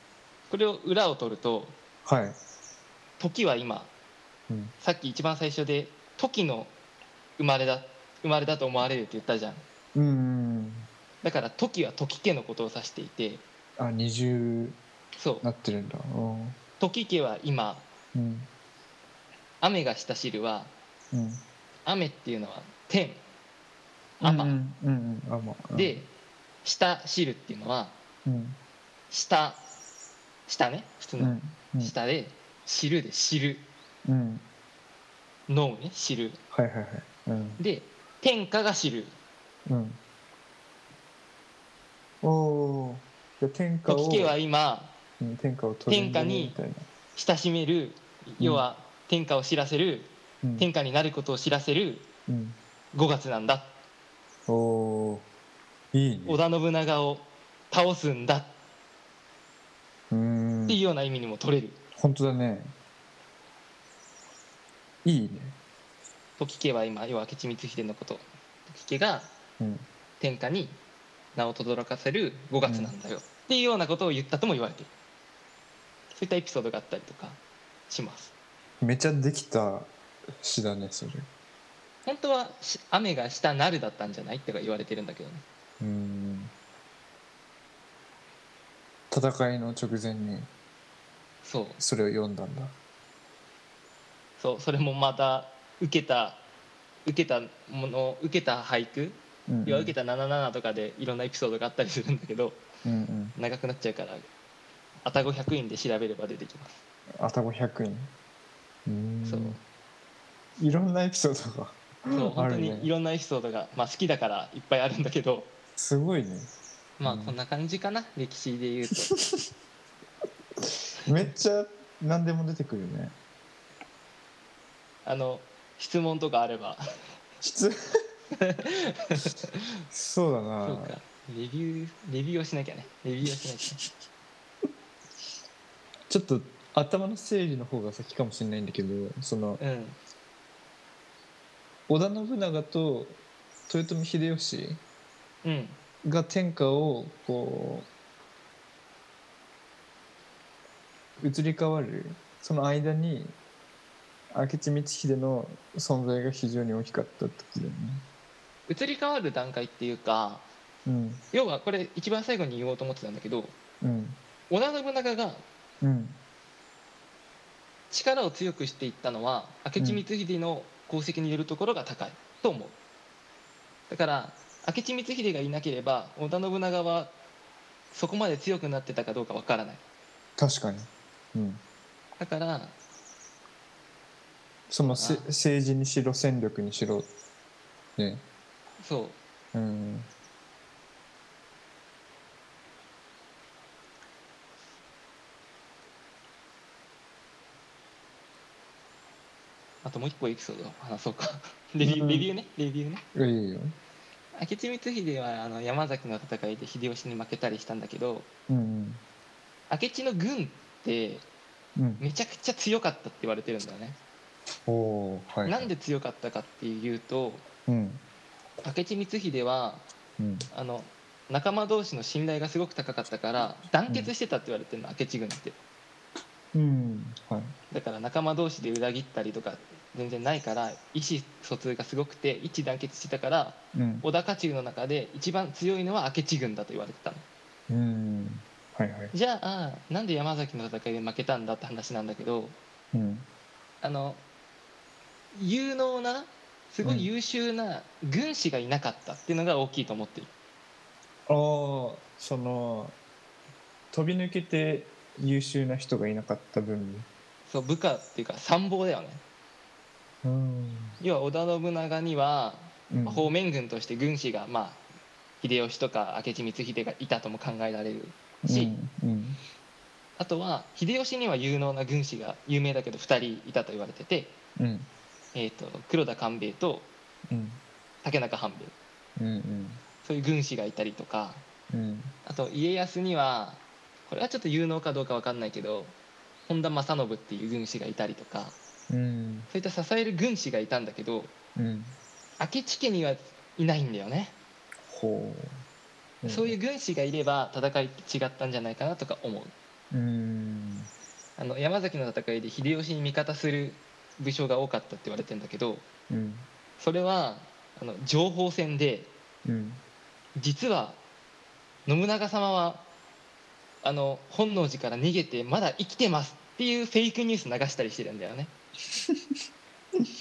これを裏を取るとはい「時は今」うんさっき一番最初で「時の生まれだ生まれだと思われる」って言ったじゃんうんうんだから「時」は時家のことを指していてあ二重そうなってるんだおー「時家は今うん雨がした汁はうん雨っていうのは天雨、うんうんうん甘うんで下汁っていうのはうん下下ね普通うのんうん下で汁で汁うん脳ね汁はいはいはいうんで天下が汁うんおおじゃあ天下を時家は今うん天下を取り戻るみたいな親しめる要は天下を知らせるうん天下になることを知らせるうん5月なんだおおーいいね織田信長を倒すんだっうーんていうような意味にも取れる本当だねいいね時家は今要は明智光秀のこと時家がうん天下に名を轟かせる5月なんだよ、っていうようなことを言ったとも言われているそういったエピソードがあったりとかしますめちゃできた詩だねそれ本当はし雨が下なるだったんじゃないって言われてるんだけどねうーん戦いの直前にそうそれを読んだんだそうそれもまた受けた受けたもの受けた俳句うんうん要は受けた77とかでいろんなエピソードがあったりするんだけどうんうん長くなっちゃうから愛宕百院で調べれば出てきます愛宕百円うーんそういろんなエピソードがそうあ本当るねにいろんなエピソードが、まあ、好きだからいっぱいあるんだけどすごいねまあうんこんな感じかな歴史 で言うとめっちゃ何でも出てくるね あの質問とかあれば質そうだなそうかレビューレビューをしなきゃねレビューをしなきゃねちょっと頭の整理の方が先かもしれないんだけどそのうん織田信長と豊臣秀吉うんが天下をこう移り変わるその間に明智光秀の存在が非常に大きかったってことだよね。移り変わる段階っていうかうん要はこれ一番最後に言おうと思ってたんだけどうん織田信長がうん力を強くしていったのは明智光秀の功績によるところが高いと思う、だから明智光秀がいなければ織田信長はそこまで強くなってたかどうかわからない確かに。うん、だからそのせあ政治にしろ戦力にしろね。そううんあともう一個エピソード話そうか レビューうんレビューねレビューねいやいいよ。明智光秀はあの山崎の戦いで秀吉に負けたりしたんだけどうん明智の軍ってうんうん、めちゃくちゃ強かったって言われてるんだよね、おーはい。なんで強かったかっていうとうん明智光秀はうんあの仲間同士の信頼がすごく高かったから団結してたって言われてるの、明智軍ってうんはい。だから仲間同士で裏切ったりとか全然ないから意思疎通がすごくて一致団結してたからうん織田家中の中で一番強いのは明智軍だと言われてたのうんはいはい。じゃあなんで山崎の戦いで負けたんだって話なんだけどうんあの有能なすごい優秀な軍師がいなかったっていうのが大きいと思ってるああその飛び抜けて優秀な人がいなかった分そう部下っていうか参謀だよねうん、要は織田信長にはうん、方面軍として軍師がまあ秀吉とか明智光秀がいたとも考えられるし、うんあとは秀吉には有能な軍師が有名だけど2人いたと言われてて、うんうんえー、と黒田官兵衛とうん竹中半兵衛うんそういう軍師がいたりとかうんあと家康にはこれはちょっと有能かどうか分かんないけど本田正信っていう軍師がいたりとかうんそういった支える軍師がいたんだけどうん明智家にはいないんだよね、ほうそういう軍師がいれば戦いって違ったんじゃないかなとか思ううんあの山崎の戦いで秀吉に味方する武将が多かったって言われてんだけどうんそれはあの情報戦でうん実は信長様はあの本能寺から逃げてまだ生きてますっていうフェイクニュース流したりしてるんだよね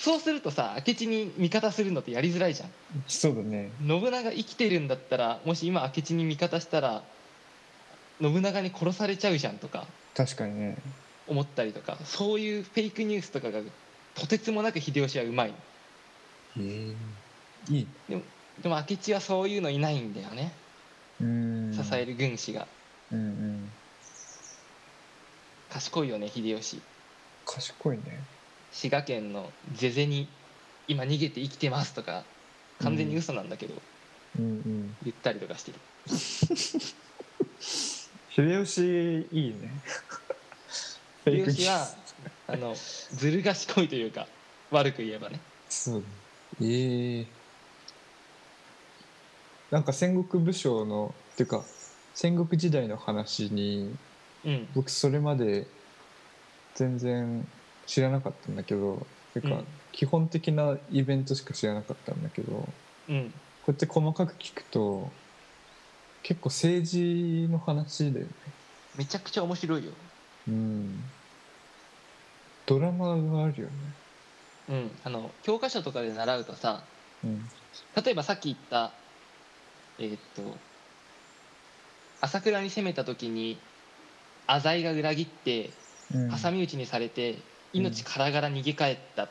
そうするとさ明智に味方するのってやりづらいじゃんそうだね信長生きてるんだったらもし今明智に味方したら信長に殺されちゃうじゃんとか確かにね思ったりとかそういうフェイクニュースとかがとてつもなく秀吉はうまいへえいいでも明智はそういうのいないんだよねうん支える軍師が、うんうん賢いよね秀吉賢いね滋賀県の是々に今逃げて生きてますとか完全に嘘なんだけど、うんうん言ったりとかしてる秀吉いいねフェイクニュ 秀ース吉はあのずる賢いというか悪く言えばねそうええなんか戦国武将のっていうか戦国時代の話にうん僕それまで全然知らなかったんだけどていうか、うん基本的なイベントしか知らなかったんだけどこうんうやって細かく聞くと結構政治の話だよねめちゃくちゃ面白いようんドラマがあるよねうんあの教科書とかで習うとさうん例えばさっき言ったえーっと朝倉に攻めた時に浅井が裏切ってうん挟み撃ちにされて命からがら逃げ帰った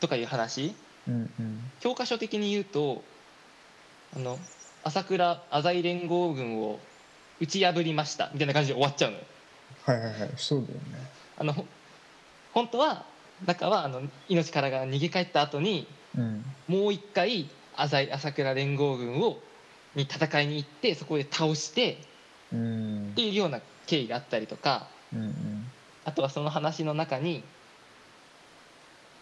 とかいう話、うんうん教科書的に言うとあの朝倉浅井連合軍を打ち破りましたみたいな感じで終わっちゃうのよはいはいはいそうだよねあのほ本当は中はあの命からがら逃げ帰った後にうんもう一回浅井朝倉連合軍をに戦いに行ってそこで倒してうんっていうような経緯があったりとかうんあとはその話の中に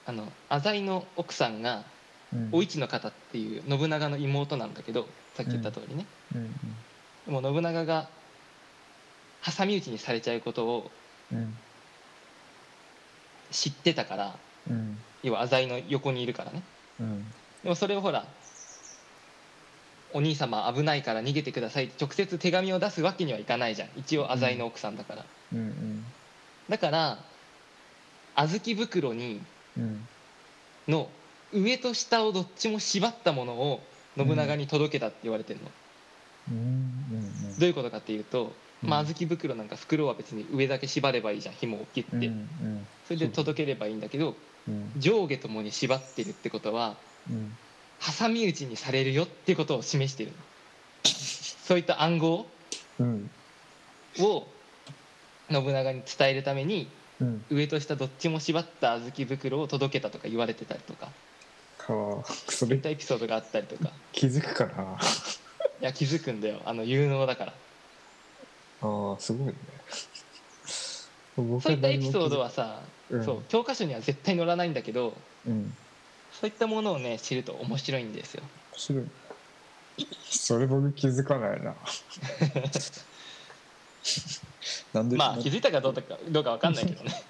あの浅井の奥さんがうんお市の方っていう信長の妹なんだけどさっき言った通りね、うんでも信長が挟み撃ちにされちゃうことをうん知ってたからうん要は浅井の横にいるからねうんでもそれをほらお兄様危ないから逃げてくださいって直接手紙を出すわけにはいかないじゃん一応浅井の奥さんだから、うんうんだから小豆袋にうんの上と下をどっちも縛ったものを信長に届けたって言われてるの、うんうんどういうことかっていうと、まあ、うん小豆袋なんか袋は別に上だけ縛ればいいじゃん紐を切って、うんうんそれで届ければいいんだけどうん上下ともに縛ってるってことはうん挟み撃ちにされるよってことを示してるのそういった暗号うんを信長に伝えるためにうん上と下どっちも縛った小豆袋を届けたとか言われてたりとかかわそそういれったエピソードがあったりとか気づくかないや気づくんだよあの有能だからああすごいね僕そういったエピソードははさ、何も気づそう教科書には絶対載らないんだけどうんうんそういったものをね知ると面白いんですよ面白いそれ僕気づかないななんでまあ気づいたかどうかどうかわかんないけどね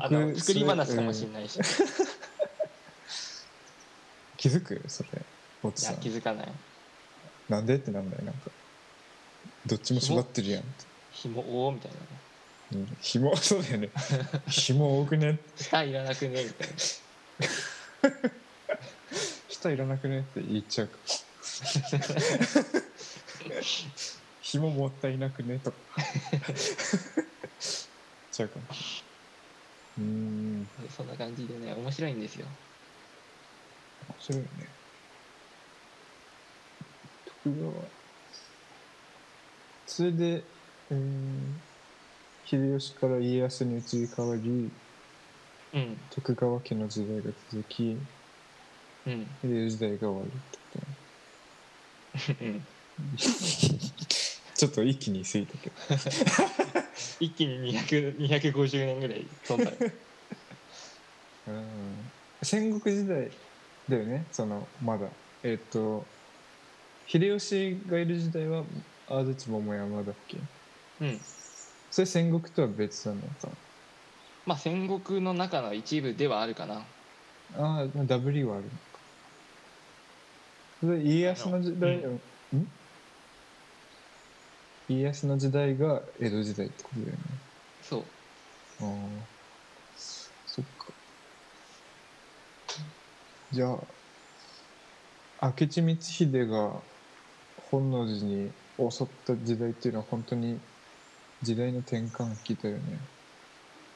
あの作り話かもしれい、ないし、うん気づくそれボツいさやん気づかないなんでってなんないなんかどっちも縛ってるやん紐おおみたいなねうん紐そうだよね紐多くね下いらなくねみたいな舌いらなくねって言っちゃうか紐もったいなくねとか ちゃうかもうーん面そんな感じでね面白いんですよ白いね徳川それで、えー、秀吉から家康に移り変わりうん徳川家の時代が続きうん秀吉時代が終わるってことねうんちょっと一気に過ぎたけど一気に200 250年ぐらい飛ん だうん戦国時代だよねそのまだえっ、と秀吉がいる時代は安土桃山だっけうんそれ戦国とは別なのかまあ戦国の中の一部ではあるかなああ W はあるのかそれ家康の時代うん、家康の時代が江戸時代ってことだよねそうああそっかじゃあ明智光秀が本能寺に襲った時代っていうのは本当に時代の転換期だよね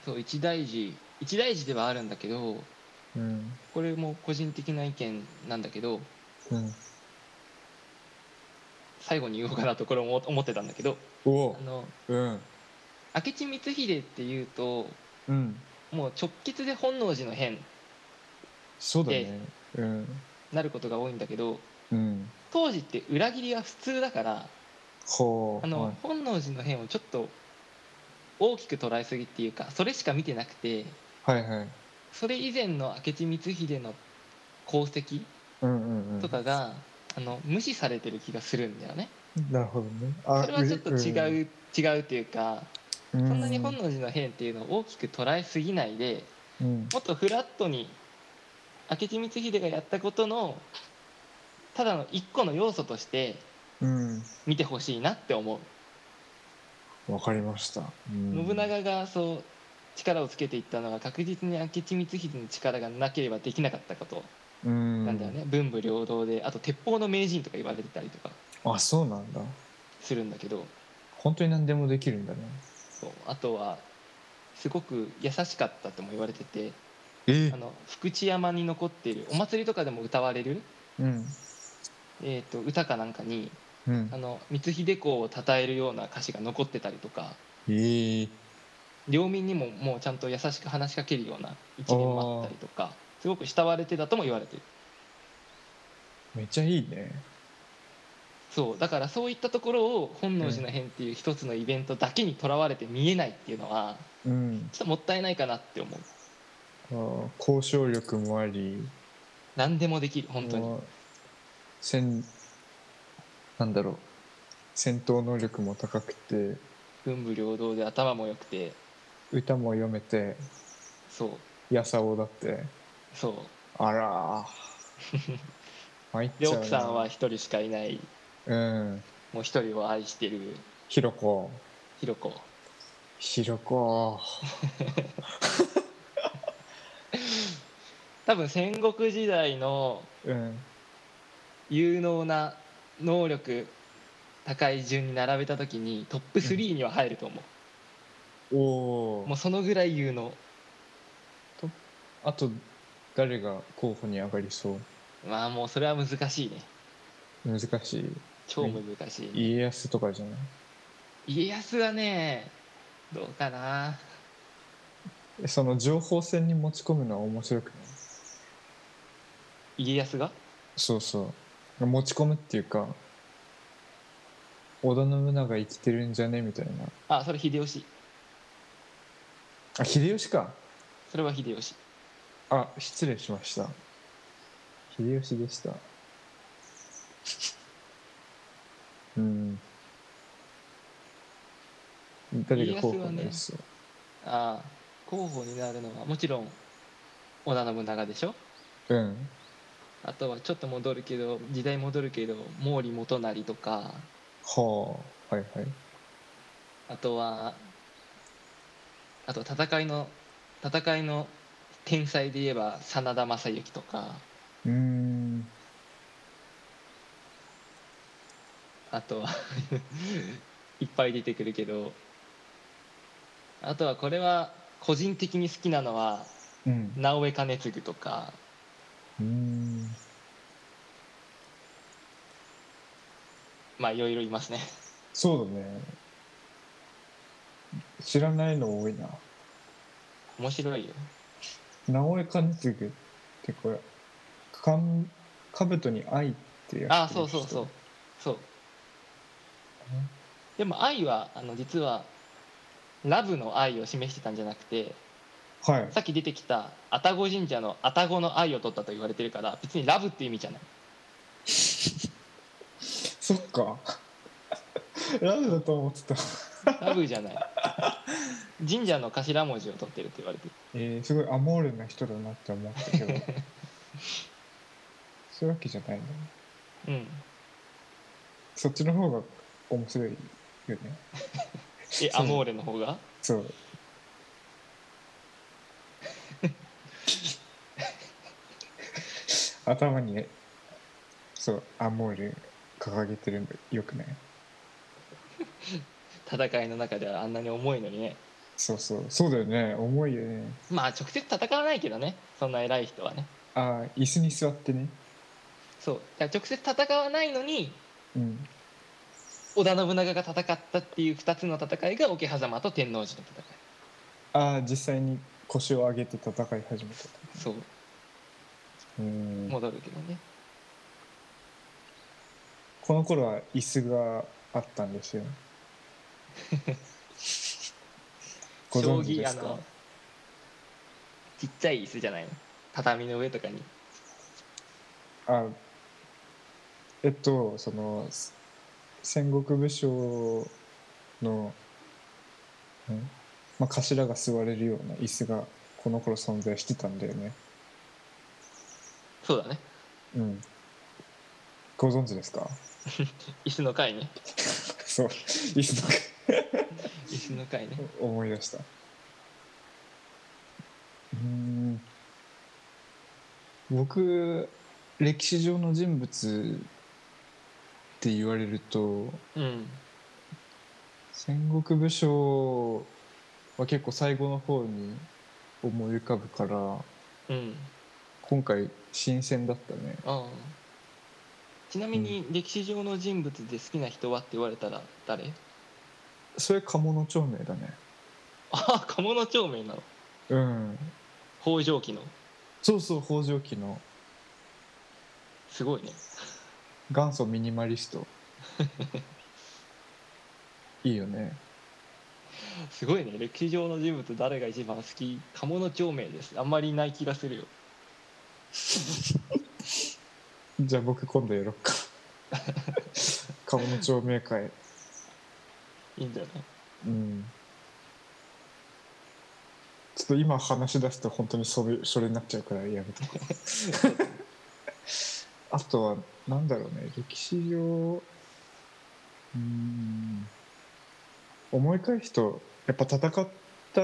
そう一大事一大事ではあるんだけどうんこれも個人的な意見なんだけどうん最後に言おうかなとこれも思ってたんだけどおあおのうん明智光秀っていうとうんもう直結で本能寺の変にそうだねうんなることが多いんだけどうん当時って裏切りは普通だからほうあの、はい本能寺の変をちょっと大きく捉えすぎっていうかそれしか見てなくてはいはいそれ以前の明智光秀の功績うんうんうんとかが、あの無視されてる気がするんだよね。なるほどねそれはちょっと違う、違うっていうかそそんなに本能寺の変っていうのを大きく捉えすぎないでうんもっとフラットに明智光秀がやったことのただの一個の要素としてうん見てほしいなって思う、わかりましたうん信長がそう力をつけていったのは確実に明智光秀の力がなければできなかったことうんなんだよね、文武両道であと鉄砲の名人とか言われてたりとかあそうなんだするんだけど本当に何でもできるんだねそうあとはすごく優しかったとも言われててえあの福知山に残っているお祭りとかでも歌われる、うんえー、と歌かなんかにうんあの光秀公を称えるような歌詞が残ってたりとかええ領民にももうちゃんと優しく話しかけるような一面もあったりとかすごく慕われてたとも言われてるめっちゃいいねそうだからそういったところを本能寺の変っていう一つのイベントだけにとらわれて見えないっていうのはうんちょっともったいないかなって思うあー交渉力もあり何でもできる本当にまあ戦なんだろう戦闘能力も高くて文武両道で頭も良くて歌も読めてそうやさおだってそうあらー 参っでちゃうな奥さんは一人しかいないうんもう一人を愛してるひろこひろこひろこ多分戦国時代のうん有能な能力高い順に並べた時にトップ3には入ると思う、おおもうそのぐらい有能あと誰が候補に上がりそうまあもうそれは難しいね難しい超難しい、家康とかじゃない家康はねどうかなえその情報戦に持ち込むのは面白くない家康がそうそう持ち込むっていうか織田信長生きてるんじゃねみたいなあそれ秀吉あ秀吉かそれは秀吉あ失礼しました秀吉でしたうん誰が候補になりそう、ああ候補になるのはもちろん織田信長でしょうんあとはちょっと戻るけど時代戻るけど毛利元就とかはあはいはいあとはあと戦いの戦いの天才で言えば真田昌幸とかうーんあとは いっぱい出てくるけどあとはこれは個人的に好きなのはうん直江兼続とかうーんまあいろいろいますね そうだね知らないの多いな面白いよ直江兼続ってこれかん兜に愛ってやつああそうそうそうそううんでも愛はあの実はラブの愛を示してたんじゃなくてはいさっき出てきた愛宕神社の愛宕の愛を取ったと言われてるから別にラブっていう意味じゃないそっかラブだと思ってたラブじゃない神社の頭文字を取ってるって言われてるえー、すごいアモールな人だなって思ったけどそういうわけじゃないのうんそっちの方が面白いよねえアモーレの方がそう頭にそうアモール掲げてるのよくない戦いの中ではあんなに重いのにねそうそうそうだよね重いよねまあ直接戦わないけどねそんな偉い人はねああ椅子に座ってねそうだから直接戦わないのにうん織田信長が戦ったっていう2つの戦いが桶狭間と天王寺の戦いああ実際に腰を上げて戦い始めたそううん戻るけどねこの頃は椅子があったん ですよご将存知棋であすかのちっちゃい椅子じゃないの畳の上とかにあえっとそのす戦国武将の、んまあ、頭が座れるような椅子がこの頃存在してたんだよねそうだねうんご存知ですか 椅子の会ねそう椅子とか椅子の会ね思い出したうーん僕歴史上の人物って言われるとうん戦国武将は結構最後の方に思い浮かぶからうん今回新鮮だったねああちなみに歴史上の人物で好きな人はって言われたら誰 それ鴨の長明だねああ鴨の長明なのうん北条記のそうそう北条記のすごいね元祖ミニマリス トいいよねすごいね歴史上の人物誰が一番好き鴨の長明ですあんまりいない気がするよじゃあ僕今度やろう か顔の長明会いいんじゃないうんちょっと今話し出すと本当にそれそれになっちゃうからやめとこう あとはなんだろうね歴史上うん思い返すとやっぱ戦った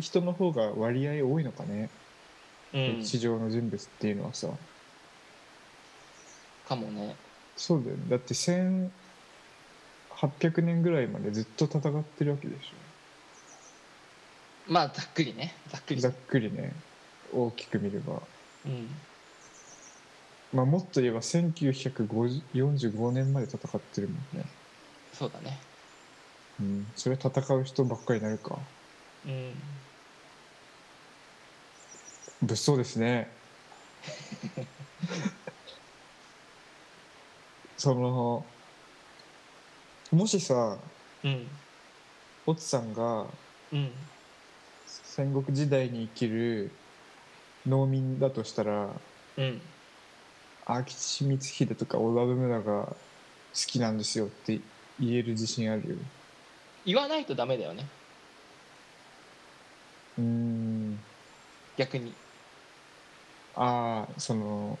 人の方が割合多いのかね、うん歴史上の人物っていうのはさかもねそうだよねだって1800年ぐらいまでずっと戦ってるわけでしょまあざっくりねざっくりざっくりね大きく見れば、うんまあ、もっと言えば1945年まで戦ってるもんね、そうだねうん、それ戦う人ばっかりになるかうん物騒です ねそのもしさうんオツさんがうん戦国時代に生きる農民だとしたらうん明智光秀とか織田信長が好きなんですよって言える自信あるよ言わないとダメだよねうーん逆にああその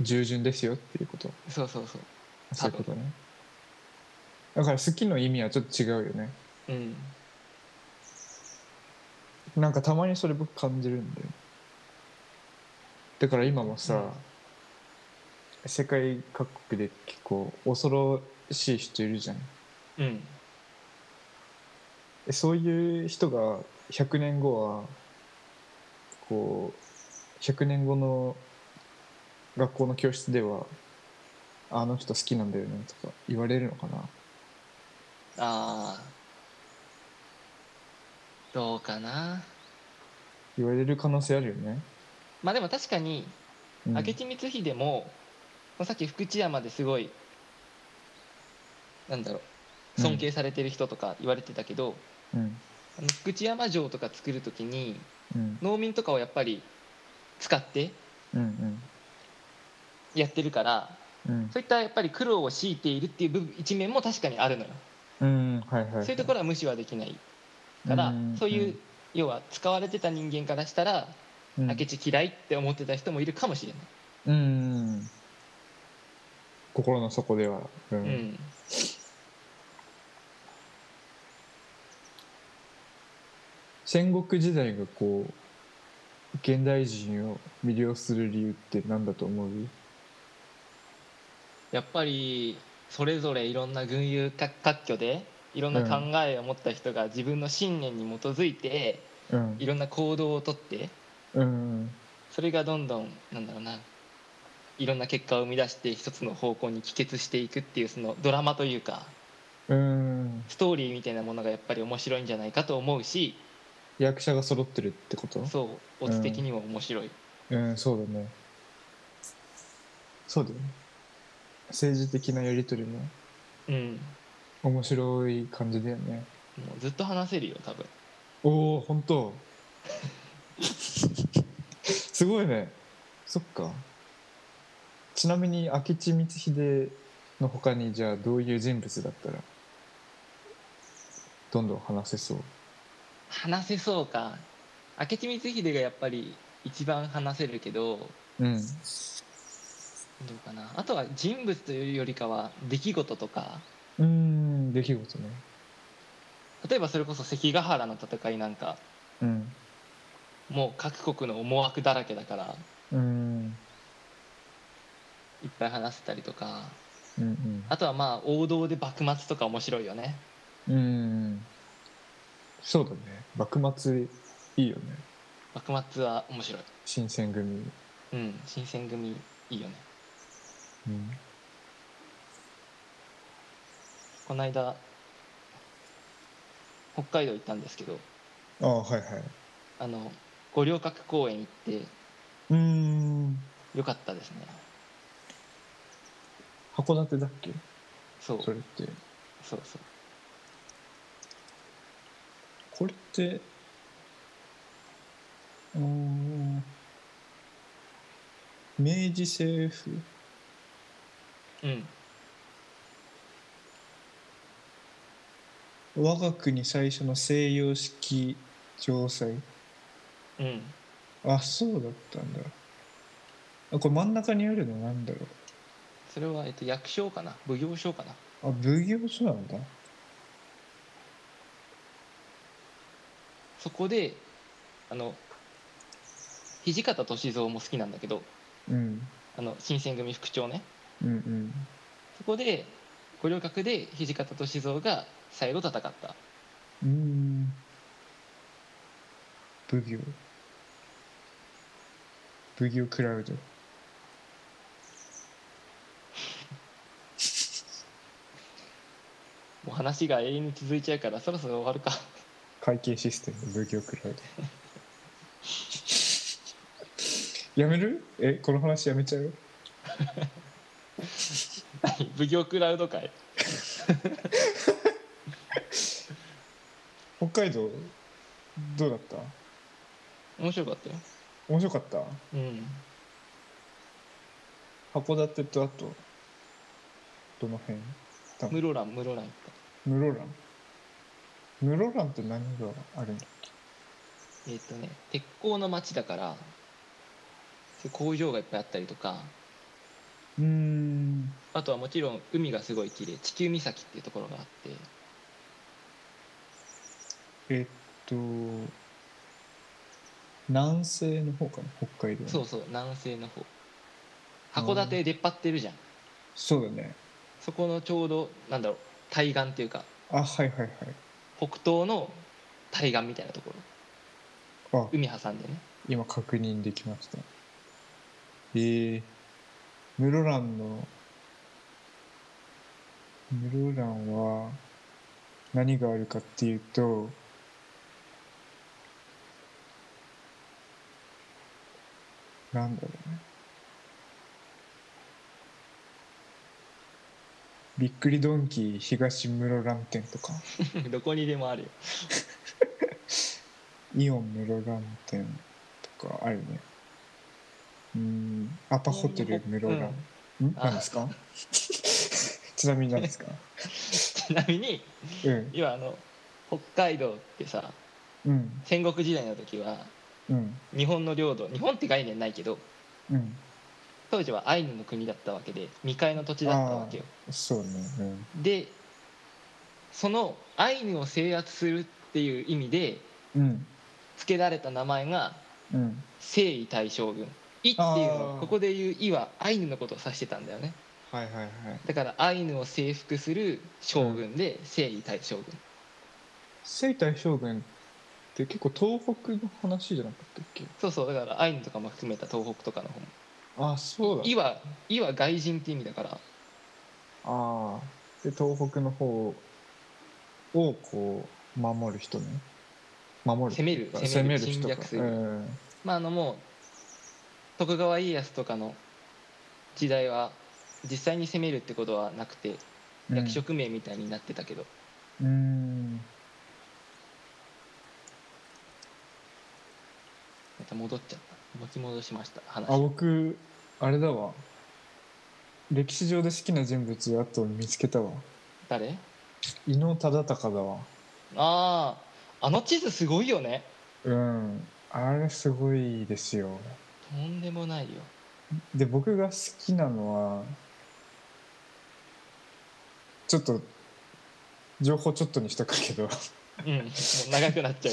従順ですよっていうことそうそうそうそういうことねだから好きの意味はちょっと違うよねうんなんかたまにそれ僕感じるんだよだから今もさ、世界各国で結構恐ろしい人いるじゃんうんえそういう人が100年後はこう100年後の学校の教室では「あの人好きなんだよね」とか言われるのかなああどうかな言われる可能性あるよね。まあでも確かにうん明智光秀も、まあさっき福知山ですごいなんだろう尊敬されてる人とか言われてたけど、うんあの福知山城とか作る時にうん農民とかをやっぱり使ってうんうんやってるからうんそういったやっぱり苦労を強いているっていう部分一面も確かにあるのよ、うんはいはいはいそういうところは無視はできないから、うんそういう、要は使われてた人間からしたら、うん明智嫌いって思ってた人もいるかもしれない、うん心の底では、うんうん戦国時代がこう現代人を魅了する理由って何だと思うやっぱりそれぞれいろんな群雄割拠でいろんな考えを持った人が自分の信念に基づいてうんいろんな行動をとってうんそれがどんどんなんだろうないろんな結果を生み出して一つの方向に帰結していくっていうそのドラマというかうんストーリーみたいなものがやっぱり面白いんじゃないかと思うし役者が揃ってるってことそうオツ的にも面白い、うんそうだねそうだよね政治的なやり取りもうん、面白い感じだよねもうずっと話せるよ多分おお本当すごいねそっかちなみに明智光秀の他にじゃあどういう人物だったらどんどん話せそう話せそうか明智光秀がやっぱり一番話せるけどどうんうかなあとは人物というよりかは出来事とかうん出来事ね例えばそれこそ関ヶ原の戦いなんかうんもう各国の思惑だらけだからうんいっぱい話せたりとかうんうんあとはまあ王道で幕末とか面白いよねうんそうだね幕末いいよね幕末は面白い新選組、うん新選組いいよねうん、この間北海道行ったんですけどああはいはいあの五稜郭公園行ってうーん良かったですね函館だっけそうそれってそうそうこれってうーん明治政府うん我が国最初の西洋式城塞うんあそうだったんだあこれ真ん中にあるのなんだろそれは、えっと、役所かな奉行所かなうあ奉行所なんだそこであの土方歳三も好きなんだけどうんあの新選組副長ねうんうんそこで五稜郭で土方歳三が再度戦ったうーん奉行奉行クラウドもう話が永遠に続いちゃうからそろそろ終わるか 会計システム奉行クラウドやめるえこの話やめちゃう奉行クラウド会北海道どうだった面白かったよ面白かったうん函館とあとどの辺室蘭室蘭行っ室蘭室蘭って何があるんだたえっ、とね鉄鋼の町だから工場がいっぱいあったりとかうーんあとはもちろん海がすごい綺麗地球岬っていうところがあってえっと南西の方かな北海道のそうそう南西の方函館出っ張ってるじゃんそうだねそこのちょうどなんだろう対岸っていうかあはいはいはい北東の対岸みたいなところあ海挟んでね 今確認できましたえー、室蘭の室蘭は何があるかっていうとなんだろうねびっくりドンキー東室蘭店とかどこにでもあるよイオン室蘭店とかあるねうんアパホテル室蘭、んあ何ですか ちなみに何ですかちなみにうん今あの北海道ってさうん戦国時代の時はうん日本の領土日本って概念ないけどうん当時はアイヌの国だったわけで未開の土地だったわけよそうねうんでそのアイヌを制圧するっていう意味でうん付けられた名前がうん征夷大将軍「イ」っていうのあーここで言う「イ」はアイヌのことを指してたんだよねはいはいはいだからアイヌを征服する将軍で征夷大将軍征夷大将軍って結構東北の話じゃなかったっけそうそうだからアイヌとかも含めた東北とかの方もあそうだ「イ」は「イ」は外人って意味だからああで東北の方をこう守る人ね守る攻める攻攻めめるる人侵か略するうんまああのもう徳川家康とかの時代は実際に攻めるってことはなくてうん役職名みたいになってたけど、うーんまた戻っちゃった巻き戻しましたあ話僕あれだわ歴史上で好きな人物あと見つけたわ誰伊能忠敬だわあああの地図すごいよねうんあれすごいですよとんでもないよで僕が好きなのはちょっと情報ちょっとにしとくけどうんもう長くなっちゃ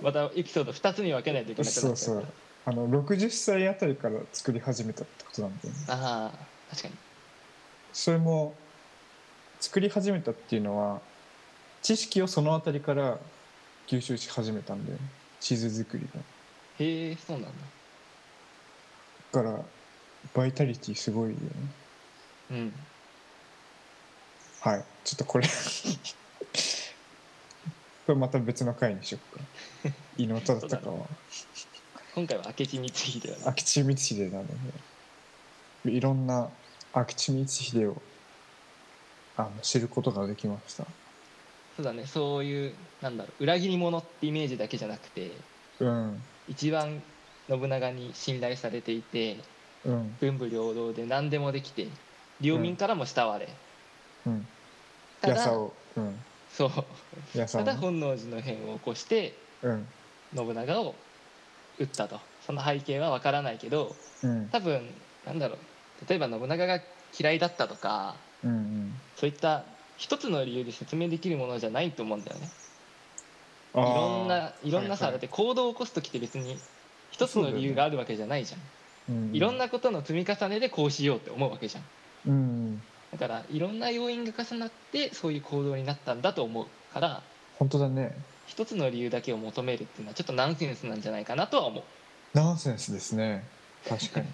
うまたエピソード2つに分けないといけなくなっちゃうそうそうあの60歳あたりから作り始めたってことなんだよねああ確かにそれも作り始めたっていうのは知識をそのあたりから吸収し始めたんだよね地図作りのへえそうなんだだからバイタリティすごいよねうんはいちょっとこれ これまた別の回にしよっか伊能忠敬は今回は明智光秀だな明智光秀なのでいろんな明智光秀をあの知ることができました。そうだねそういうなんだろう裏切り者ってイメージだけじゃなくてうん一番信長に信頼されていてうん文武両道で何でもできて領民からも慕われ、うん。たやださをうんそうやさたをだね本能寺の変を起こしてうん信長を撃ったとその背景は分からないけどうん多分なんだろう例えば信長が嫌いだったとかうんうん。そういった一つの理由で説明できるものじゃないと思うんだよねあいーろんないろんなさ、はいはだって行動を起こす時って別に一つの理由があるわけじゃないじゃうん、んいろんなことの積み重ねでこうしようって思うわけじゃうんんだからいろんな要因が重なってそういう行動になったんだと思うから本当だね一つの理由だけを求めるっていうのはちょっとナンセンスなんじゃないかなとは思うナンセンスですね確 かに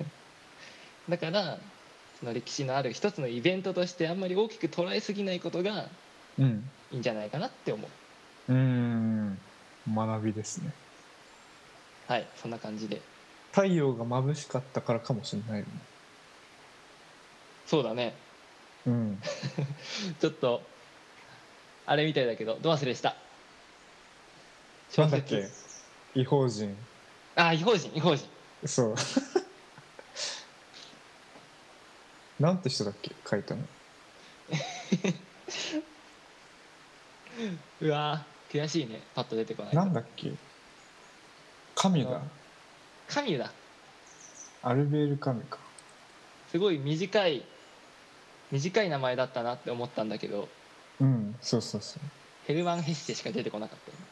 だからその歴史のある一つのイベントとしてあんまり大きく捉えすぎないことがうんいいんじゃないかなって思ううん学びですねはいそんな感じで太陽が眩しかったからかもしれないよねそうだねうんちょっとあれみたいだけどど忘れしたなんだっけ異邦人あ違法人違法人そう なんて人だっけ書いたのうわー悔しいねパッと出てこないなんだっけ神だ神だアルベール神かすごい短い短い名前だったなって思ったんだけどうんそうそうそうヘルマン・ヘッセしか出てこな かったよね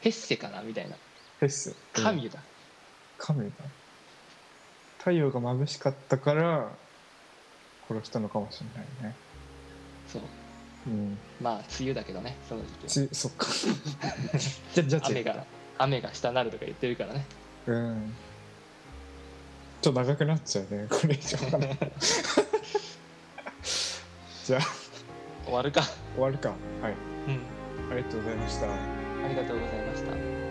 ヘッセかなみたいなフェスうん神だ、神だ太陽が眩しかったから殺したのかもしれないねそううんまあ梅雨だけどねその時期はちそっかじゃじゃ雨が雨が下なるとか言ってるからねうんちょっと長くなっちゃうねこれ以上話じゃあ終わるか終わるかはいうんありがとうございましたありがとうございました